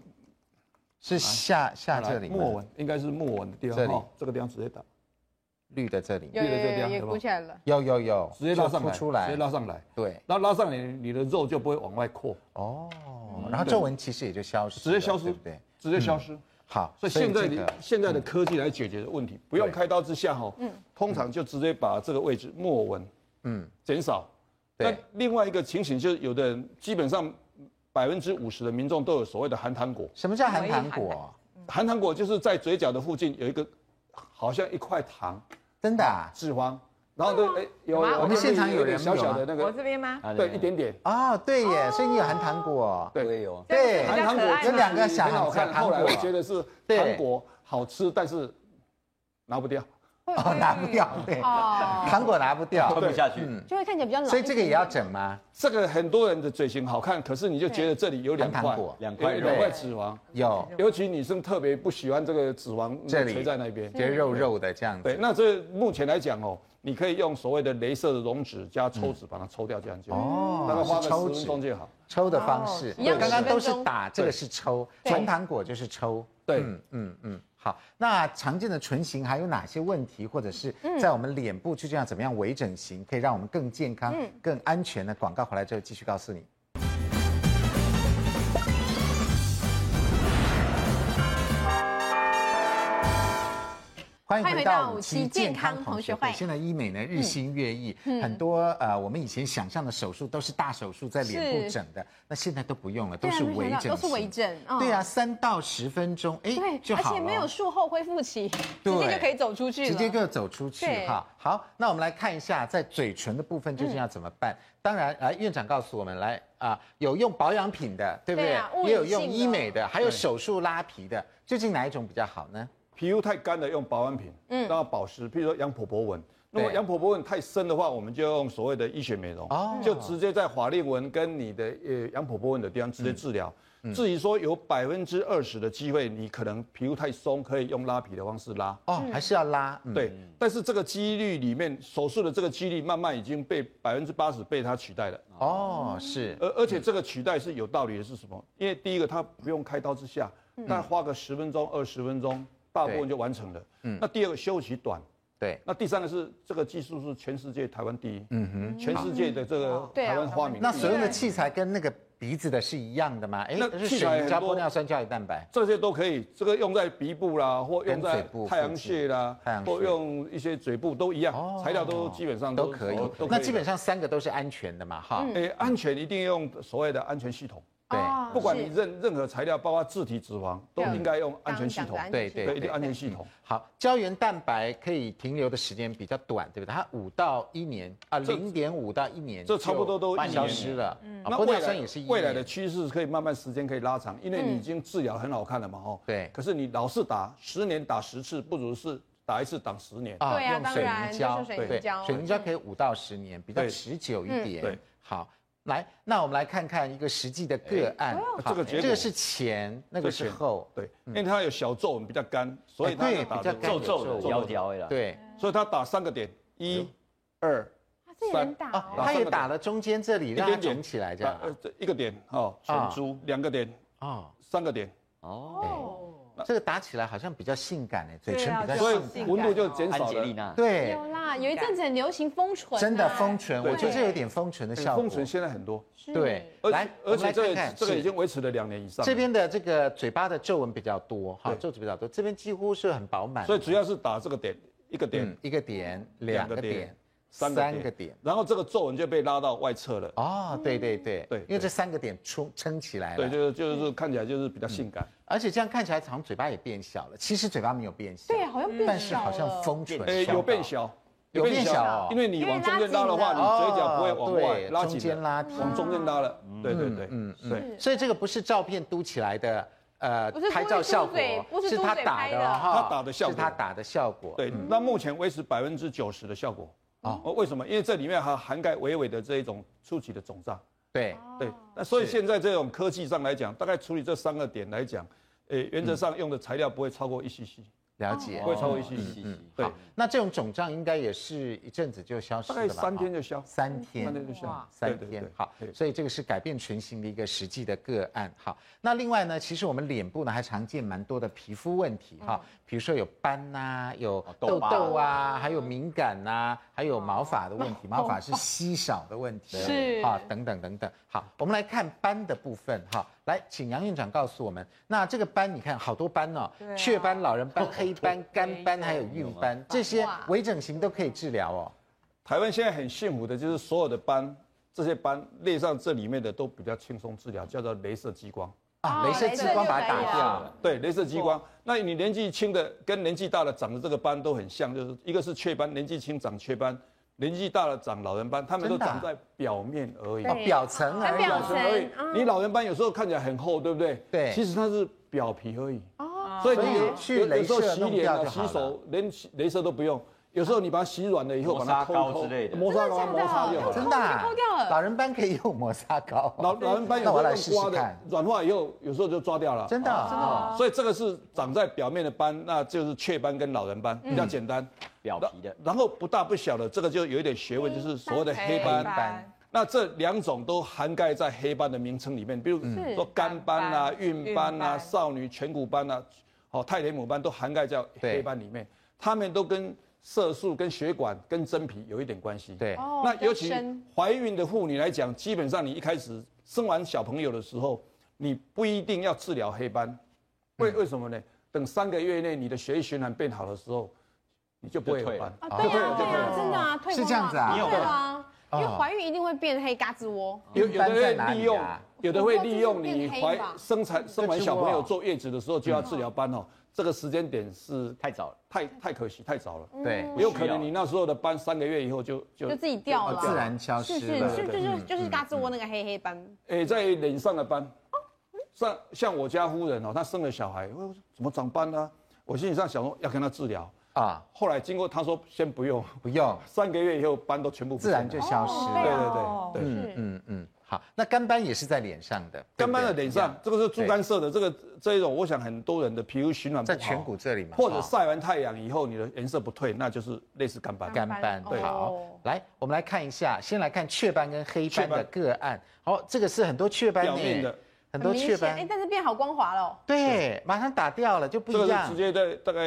是下下嗯这里吗，
木偶纹应该是木偶纹的地
这
方
里
哈，这个地方直接打，
绿的这里，
有
立了这个
有
地
有
方
也
对吧
鼓起来了，
有有有，
直接拉上
就凸
来，
出
直接
来，
拉上来，
对，
然后拉上来，你的肉就不会往外扩，
哦，然后皱纹其实也就消失了，
直接消失
对不对？
直接消失。
好，
所以现
嗯
在
这
的
个嗯
现在的科技来解决的问题，不用
对
开刀之下哈，通常就直接把这个位置木偶纹，
嗯
嗯，减少。
对
那另外一个情形就是，有的人基本上百分之五十的民众都有所谓的含糖果，
什么叫含糖
我也含
果？
含糖果就是在嘴角的附近有一个好像一块糖
真的啊？
脂肪，然后对，哎、有
啊有吗我
们现场有人啊
点小小的
有
那
我
个，
这边吗？
啊
对，一点点，
啊，对耶，所以你有含糖果，
哦对
我也有。
对
比较可爱
有
嘛
两个小
很好
小
看。
糖
后来
果啊
我，觉得是
对
韩国好吃，但是拿不掉。
哦，拿不掉，对，
哦，
糖果拿不掉，
吞不下去，
嗯，
就会看起来比较老一点。
所以这个也要整吗？
这个很多人的嘴型好看，可是你就觉得这里有两
含糖
块
果，
两块
有
肉
两块脂肪，
有，
尤其女生特别不喜欢这个脂肪
这里
垂在那边。
觉得肉肉的这样子。
对，那这目前来讲哦，你可以用所谓的镭射的溶脂加抽脂把它抽掉，这样就好
哦
大概花
是
个十
抽
分钟
脂
就好。
抽的方式，
哦一样
刚刚
10分
都是
钟
打，这个是抽，
对
含糖果就是抽。
对
嗯嗯嗯，好。那常见的唇形还有哪些问题，或者是
嗯
在我们脸部去这样怎么样微整形，可以让我们更健康、
嗯
更安全呢？广告回来之后继续告诉你。欢迎
欢迎
回
回
到
到
五
五
期
期健
健康
康
同
同
学
学
会
会。嗯
现在医美呢日新月异，很多呃我们以前想象的手术都是大手术在脸部
是
整的，那现在都不用了，都
对啊
是
没
微
想到
整形，
都是微整嗯
对啊，三到十分钟，哎，就
对，而
好
且没有
了。
术后恢复期，直
对
接就可以走出去了。
直接就走出去
对嗯
哈。好，那我们来看一下，在嘴唇的部分究竟要怎么办？当然，来院长告诉我们，来啊、有用保养品的，对不对？
对啊物理
也有用
性的
医美的，还有
对
手术拉皮的，究竟哪一种比较好呢？
皮肤太干了，用保养品，嗯，让它保湿，譬如说羊婆婆纹。如果
对
羊婆婆纹太深的话，我们就用所谓的医学美容，
哦
就直接在法令纹跟你的呃羊婆婆纹的地方直接治疗。
嗯
至于说有百分之二十的机会，你可能皮肤太松，可以用拉皮的方式拉。
哦，还是要拉，嗯、
对，但是这个几率里面，手术的这个几率慢慢已经被百分之八十被它取代了。
哦，是
而而且这个取代是有道理的，是什么？因为第一个它不用开刀之下，
嗯
那花个十分钟、二十分钟，大部分就完成了。
嗯
那第二个休息短，
对。
那第三个是这个技术是全世界台湾第一，
嗯哼，
全世界的这个
对啊
台湾花名。
那所用的器材跟那个鼻子的是一样的吗？哎，
那
是
器
水
材
凝
很
胶、
多
玻尿酸、胶原蛋白。
这些都可以，这个用在鼻部啦，或用
跟嘴
在
部
太阳穴啦
太阳，穴
或用一些嘴部都一样
哦，
材料都基本上
都可以
都可以。
那基本上三个都是安全的嘛，哈。
诶，安全一定要用所谓的安全系统，
对
嗯哦
不管
是啊
你任任何材料，包括自体脂肪，都应该用安全系统
刚刚讲的安。
对
全
对
对，一定安全系统。
好，胶原蛋白可以停留的时间比较短，对不对？它五到一年啊，
这
零点五到一年就，
这差不多都一年
消失了。嗯，
那
玻
未
尿
来
酸也是一年
未来的趋势，可以慢慢时间可以拉长，因为你已经治疗很好看了嘛，哦。
对
可是你老是打十年打十次，不如是打一次打十年。
啊
对啊
用
当
水
然
凝胶，
就是水凝胶
水凝胶可以五到十年，比较
对
持久一点。
对，
好，来，那我们来看看一个实际的个
哎
案。好
这个结果
这个是前，那个
这
是
前
后。
对，因为它有小皱纹，比较干，所以
嗯
它
哎对
打
比较
的
干
皱皱的、
皱
摇
皱
摇的啦。，
对，
嗯
所以它打三个点，一、二、
啊这也能打
哦，
哦，
他也打了中间这里，
一
让它
点点
肿起来哎这
打
样。
呃，这一个点哦，
啊
唇珠
两个点，
哦，
三个点，
哦，
这个打起来好像比较性感哎，嘴唇比较
对啊
所以
性感。
纹路就减
安
少
杰丽
了。
娜，
对，
有啦，有一阵子很流行封唇啊，
真的封唇，
对
我觉得这有点封唇的
哎
效果。
封唇现在很多，
对，
而
来
且，
我
而
们
且
来
这
看
个
看
这个已
是
经维持了两年以上了。
这边的这个嘴巴的皱纹比较多，哈，
对
皱褶比较多，这边几乎是很饱满的。
所以只要是打这个点，一个点，
嗯一个点、两个
两个点
点、
三个点
个点。
然后这个皱纹就被拉到外侧了。
哦，对对对，
嗯对
因为这三个点撑撑起来了嗯
对，，就是就是看起来就是比较性感。
而且这样看起来好像嘴巴也变小了，其实嘴巴没有变小，
对，好像变
但是
小了
好像封唇
诶，
嗯小
哎有变小，
有变小哦
因为你往中间拉的话，
因
你
为
嘴角不会往外
对
拉
中
紧
间
了，
拉提。
往中间拉了。对对对，
嗯
嗯
嗯
对。
所以这个不是照片嘟起来的，呃
不是，
拍照效
嘟
果
嘴不是嘟嘴
他打
拍
的
的
哦
他打的效果
是他打的效果。
对，那目前维持百分之九十的效果。
嗯哦
哦，为什么？因为这里面还涵盖微微的这一种初期的肿胀。
对，
对，那所以
哦是
现在这种科技上来讲，大概处理这三个点来讲，呃，原则
嗯
上用的材料不会超过一 cc，
了解
哦
哦
不。会超过一 cc，
嘻嘻。
对
好，那这种肿胀应该也是一阵子就消失
大
了吧？
概三天
哦，
就消。
三天，
三天就消
哇
对
三
对
天
对。
好
对，
所以这个是改变唇形的一个实际的个案。好，那另外呢，其实我们脸部呢还常见蛮多的皮肤问题哈，比如说有斑呐，有
哦
痘
痘疤
痘啊，还有敏感呐，还有毛发的问题，毛发是稀少的问题，
是
啊，等等等等。好，我们来看斑的部分哈，来，请杨院长告诉我们，那这个斑你看好多斑哦
对，啊
雀斑、老人
*laughs*
斑、黑斑、干斑，还有
有
孕
吗
斑，这些微整形都可以治疗哦。
台湾现在很幸福的就是所有的斑，这些斑列上这里面的都比较轻松治疗，叫做镭射激光。
啊，
哦
镭射
镭
激
射
光
就
把它
可以
打
了
掉。
对，镭射激光。那你年纪轻的跟年纪大的长的这个斑都很像，就是一个是雀斑，年纪轻长雀斑，年纪大了长老人斑，他们都
真的啊
长在表面而已。
啊表层而已。
表
表层而已
层嗯。
你老人斑有时候看起来很厚，对不对？
对
其实它是表皮而已。
哦，
所以
所以
你有
去
有
镭
有时候
射
洗
弄
脸
掉
啊、
就好
洗
了
手，连洗镭射都不用。有时候你把它洗软了以后，
摩擦
把它
膏
抠一抠
之类的
摩擦膏摩擦就好了。
真的啊
就抠掉了
老人斑可以用摩砂膏。
老老人斑有时
哦那我
候
来
用
试
刮
试
的
看，
软化以后，有时候就抓掉了。
*laughs* 真的啊，
哦
所以这个是长在表面的斑，那就是雀斑跟老人斑，
嗯
比较简单。
表皮的。
然后不大不小的，这个就有一点学问，就是所谓的黑斑
黑。斑
那这两种都涵盖在黑斑的名称里面，比如
嗯
是
说肝斑啦、
肝斑
孕斑
孕
啦、
斑
少女颧骨斑啦、哦泰雷姆斑都涵盖在
对
黑斑里面，它们都跟色素、跟血管、跟真皮有一点关系。
对，
哦
那
比较
尤其
深
怀孕的妇女来讲，基本上你一开始生完小朋友的时候，你不一定要治疗黑斑，为为什么呢？等三个月内你的血液循环变好的时候，你就不会有
就退
斑
了。
啊，
哦
对
对
啊，对啊，真的啊，退
是这样子啊
光了对啊，
因为
哦
怀孕一定会变黑嘎吱窝，
有有的
斑在
会
哪
利
里
用
啊，
有的会利用你
我不知道这是变黑
怀
吧
生产生完小朋友坐月子的时候就要治疗斑哦，这个时间点是
太早了，
太太可惜太早了，
对，
不需要
有可能你那时候的斑三个月以后就就
就自己掉了啊，
哦自然消
是
失
是
了。嗯
是，就是就是嘎吱窝那个黑黑斑，
诶，在脸上的斑，像像我家夫人哦，她生了小孩，我怎么长斑呢、我心里上想说要跟她治疗，
啊，
后来经过她说先不用，
不用，
三个月以后斑都全部不
自
见
然
了
就消失
对
了。
哦
对对对。
嗯嗯嗯，好，那干斑也是在脸上的，对
干
不对
斑的脸上，，这个是猪肝色的，这个这一种，我想很多人的皮肤循环不
在
好，
颧骨这里嘛，
或者
哦
晒完太阳以后，你的颜色不退，那就是类似干斑。
干斑。
哦
对
好，来，我们来看一下，先来看雀斑跟黑斑
雀
的
斑
个案。好，这个是很多雀斑
表面
呢
的，
很
很多
明
雀
显哎
斑，，
但是变好光滑了哦，
对，马上打掉了就不
这个
一
是
样
直。接在大概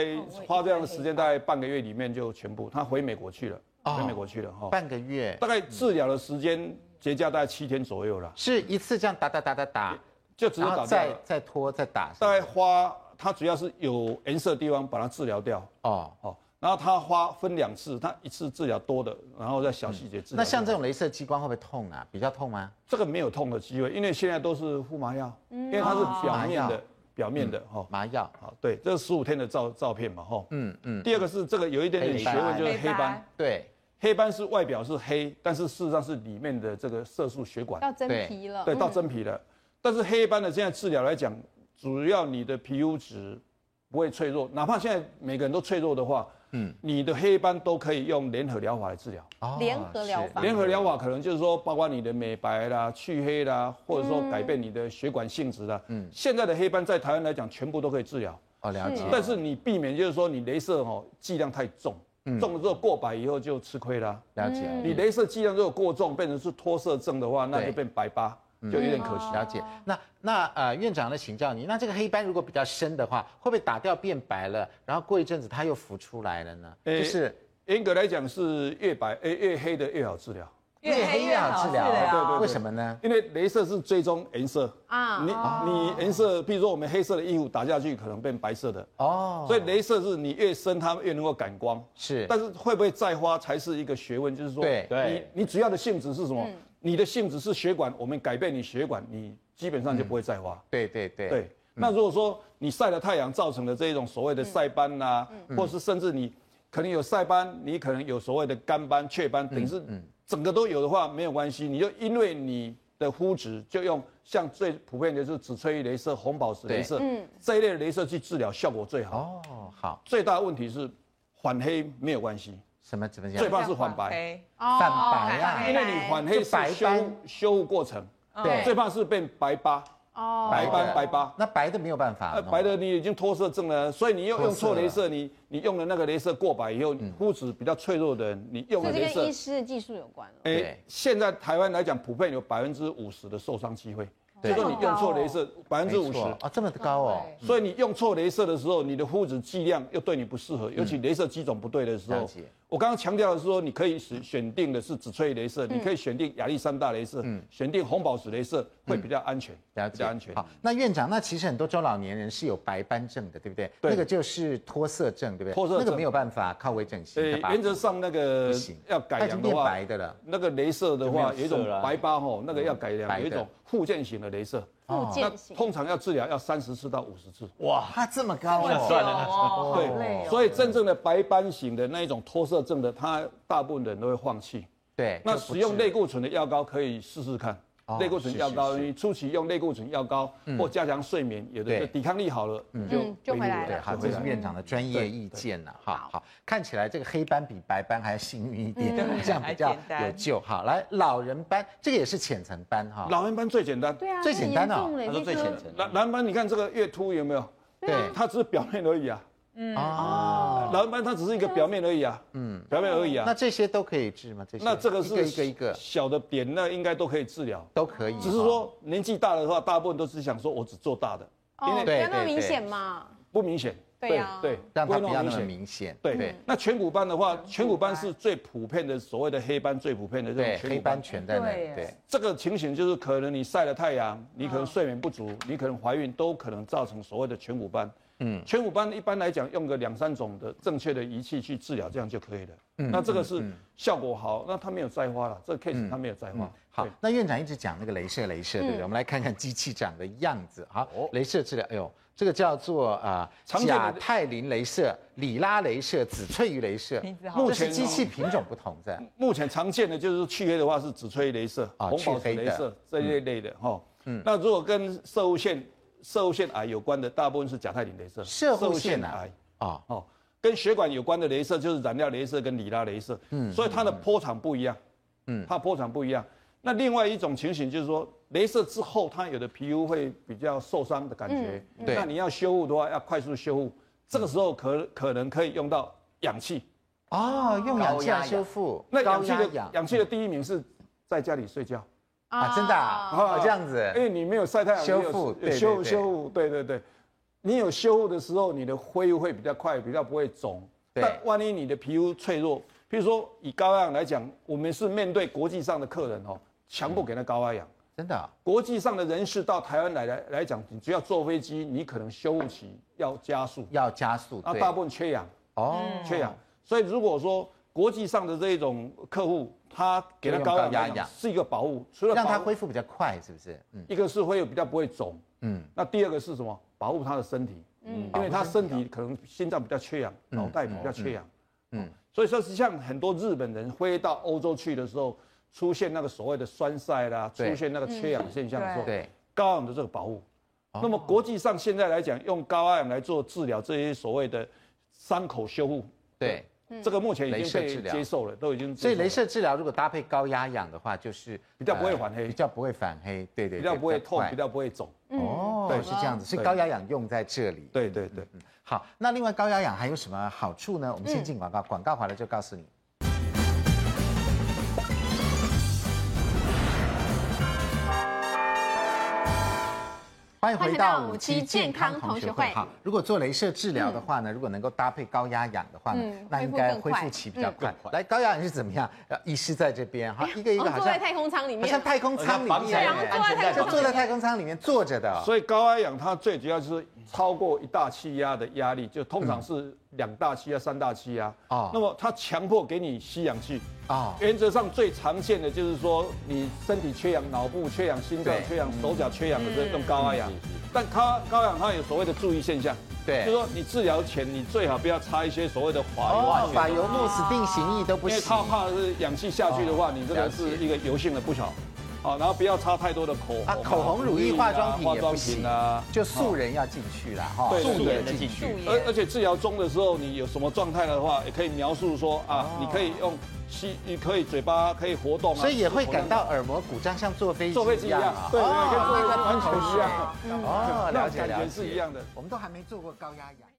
花这样的时间，大概半个月里面就全部，他回美国去了，
哦
回美国去了哈，
半个月
大概治疗的时间结痂大概七天左右了，
是一次这样打打打打打，
就直接
然
打
后
掉
再
了。
再拖再打，
大概花，它主要是有颜色的地方把它治疗掉，
哦。
哦，然后它花分两次，它一次治疗多的，然后再小细节治疗。
那像这种镭射激光会不会痛啊？比较痛吗？
这个没有痛的机会，因为现在都是敷麻药，
嗯
因为它是表面
哦
的，表面的哈。
麻药。
好，对，这是十五天的照照片嘛，哈。
嗯嗯，
第二个是这个有一点点
黑
学
斑
问，就是黑
黑
斑
斑。
对，
黑斑是外表是黑，但是事实上是里面的这个色素血管，
要真
对
皮了，嗯
对，到真皮了。但是黑斑的现在治疗来讲，主要你的皮肤质不会脆弱，哪怕现在每个人都脆弱的话，
嗯
嗯，你的黑斑都可以用联合疗法来治疗。
哦
联合疗法
是
联合疗法可能就是说，包括你的美白啦、去黑啦，或者说改变你的血管性质啦。
嗯
嗯，现在的黑斑在台湾来讲，全部都可以治疗，
哦，了解
是。
但是你避免就是说你镭射哦剂量太重，重了之后过百以后就吃亏啦。
了解，
你镭射剂量如果过重，变成是脱色症的话，那
对
就变白疤，就有点可惜。
了解。那那呃，院长的请教你，那这个黑斑如果比较深的话，会不会打掉变白了，然后过一阵子它又浮出来了呢？
诶
就是
严格来讲是越白诶越黑的越好治疗，
越黑越好治疗，
越黑越好治
对对对
为什么呢？
因为镭射是追踪颜色
啊
啊，你你颜色，譬如说我们黑色的衣服打下去可能变白色的，
哦，
所以镭射是你越深它越能够感光。
是
但是会不会再花才是一个学问，就是说，
对
对
你你主要的性质是什么？你的性质是血管，我们改变你血管，你基本上就不会再花。
对对对嗯
对，那如果说你晒了太阳造成的这种所谓的晒斑呐、
嗯
或是甚至你可能有晒斑，你可能有所谓的干斑、雀斑，等于
嗯
是整个都有的话没有关系，你就因为你的肤质就用像最普遍的就是紫翠玉镭射、红宝石
对嗯
镭射这一类的镭射去治疗，效果最好。
哦，好，
最大的问题是反黑没有关系，
什么怎么讲
最？怕是反白，
黑
哦
泛白
反
啊
黑，
因为你反黑
就白
是修
斑
修复过程，
对
最怕是变白疤、
哦
白
的
斑、白疤。
那白的没有办法
呃，
弄，
白的你已经脱色症了，所以你又用错镭射，你你用了那个镭射过白以后，你肤质比较脆弱的人，你用
所
了
以这
镭
跟医
射，
师的技术有关了。
对
哎，现在台湾来讲，普遍有百分之五十的受伤机会，
对
就说你用错镭射百分之
没
五十，
错哦，这么高哦，
所以你用错镭射的时候，你的肤质剂量又对你不适合，尤其镭射机种不对的时
嗯了
候
解。
我刚刚强调的是说，你可以选选定的是紫翠镭射，
嗯
你可以选定亚历山大镭射，选定红宝石镭射会比较安全，
嗯了
比
解，
较安全。
好，那院长，那其实很多中老年人是有白斑症的，对不对？
对
那个就是脱色症，对不对？
脱色症
那个没有办法靠微整形
呃
的吧，
原则上那
不
个
行，
要
它
改
已经
良的
变
话，
白的了。
那个镭射的话，
就没有色
有一种
了啊
白疤吼，那个要改
白
良，
的
有一种附件型的镭射。
哦
哦
复
那
健型。
通常要治疗要三十次到五十次，
哇，它这么高
那
哦，
算了，
哦，
对，
累哦
所以真正的白斑型的那一种脱色症的，他大部分人都会放弃。
对，
那
就不
使用
治
类固醇的药膏可以试试看
哦。
类固醇药膏，你初期用类固醇药膏或加强睡眠，有的
对
就抵抗力好了，你就
嗯就回来
对，
了
好，这是院长的专业意见了哈。好，看起来这个黑斑比白斑还要幸运一点，
嗯
这样比较有救。好，来老人斑，这个也是浅层斑哈。
老人斑最简单，
对啊，
最
这很
简单
严
啊
重嘞
他说
这
最
颗
浅层
老老人斑你看这个越凸有没有？
对
它只是表面而已啊，
嗯
哦，
老人斑它只是一个表面而已啊，嗯，表面而已
那
啊。
这些都可以治吗？这些
那这个
一个
是
一个一个嗯
小的点，那应该都可以治疗。
都可以，
只是说年纪大的话，大部分都是想说我只做大的，因
哦，
为
不要那么
对对
明显嘛。
不明显。
对啊
对，
让它不要
会弄
那么明
明显。
显。
对，那颧骨斑的话，颧骨斑是最普遍的，所谓的黑斑最普遍的这种
对，
颧骨
黑斑。全在那里。对，
这个情形就是可能你晒了太阳，你可能睡眠不足，你可能怀孕，都可能造成所谓的颧骨斑。嗯，颧骨斑一般来讲用个两三种的正确的仪器去治疗，这样就可以了。
嗯
那这个是效果好，那它没有再花了，这个 case 它没有再花。
嗯好
对，嗯
那院长一直讲那个镭射，镭射对不对？我们来看看机器长的样子。好，镭射治疗，哎呦，这个叫做啊、
哦常见的
甲泰林镭射、里拉镭射、紫翠鱼镭射
名字，好
这
目
是
前
机器品种不同在。
目前常见的就是去黑的话是紫翠镭射、
啊
红宝
去
石
黑的
镭射这一类类的哈。嗯，那如果跟射物腺、射物腺癌有关的，大部分是甲泰林镭射。
射护腺癌啊
癌哦，跟血管有关的镭射就是染料镭射跟里拉镭射。嗯，所以它的波长不一样。嗯，它波长不一样。那另外一种情形就是说，镭射之后，它有的皮肤会比较受伤的感觉。
嗯对
那你要修复的话，要快速修复，这个时候可可能可以用到氧气。
哦，用氧气
高压
来修复，
那
高
氧气
压
的氧气的第一名是在家里睡觉，
啊，真的啊，
啊
哦这样
因
子，
为你没有晒太阳，
修
你有
复对
有修
对对
修复，对对对，你有修复的时候，你的恢复会比较快，比较不会肿。
对
但万一你的皮肤脆弱，譬如说以高压氧来讲，我们是面对国际上的客人哦，强不给他高压氧。
真的啊
国际上的人士到台湾来来来讲，你只要坐飞机，你可能修复期要加速，
要加速，
啊，嗯
对，
大部分缺氧。
哦，
缺氧。所以如果说国际上的这一种客户，他给他高
就用高压
压
氧
氧是一个保护，除了
让它
保护
恢复比较快，是不是？嗯
一个是会有比较不会肿，
嗯，
那第二个是什么？保护他的身体，嗯，因为他身体可能心脏比较缺氧，脑袋比较缺氧，嗯，所以说是像很多日本人飞到欧洲去的时候，出现那个所谓的栓塞啦，
对
出现那个缺氧现象的时候，
对，哦
高氧的这个保护。那么国际上现在来讲，用高氧来做治疗这些所谓的伤口修复，
对。
这个目前已
镭射
经
治
被
疗
接受了，都已经接
所
受
以
了
镭射治疗如果搭配高压氧的话，就是呃
比较不会反黑
比较不会反黑，对对对，
比较不会痛
快，
比较不会肿。
哦，
对
是这样子，所以
对
高压氧用在这里。
对对对。
嗯好，那另外高压氧还有什么好处呢？我们先进广告，广告回来就告诉你。欢迎回到五期健康同学会。好，如果做镭射治疗的话呢，如果能够搭配高压氧的话呢，
嗯
那应该恢复期比较快。来，高压氧是怎么样？呃，医师在这边哈，一个一
好
个
像哦
好
坐
像
在太空舱里
好像
面，
太空舱里面，哎
对
啊
好像坐在太空舱里面
就坐在太空舱里面坐着的哦。
所以高压氧它最主要就是超过一大气压的压力，就通常是两大气压、三大气压。
哦
哦，那么它强迫给你吸氧气。
哦
原则上最常见的就是说，你身体缺氧，脑部缺氧，心脏
对嗯
缺氧，手脚缺氧的时候用高压氧。但高高氧它有所谓的注意现象，
对
就是说你治疗前你最好不要擦一些所谓的滑啊油化
哦
学，
把油木死定型液都不
因为
行。哦
它怕是氧气下去的话，你这
了
个
解
是一个油性的不好。好，然后不要擦太多的口红
啊
啊、
口红乳液
啊
化妆品
化
也不
妆
行
品啊，哦
就素人要进去了哈，
对
素颜的
进
进
去。
去，
而而且治疗中的时候，你有什么状态的话，也可以描述说啊，你可以用吸，你可以嘴巴可以活动啊，
哦所以也会感到耳膜鼓胀，像坐飞
坐飞
机
机
一
一
样
样
啊，。
对对，跟坐
哦
飞机喷口一样，嗯
哦，
那
了
种
解了
感
解，
觉是一样的。
我们都还没做过高压氧。啊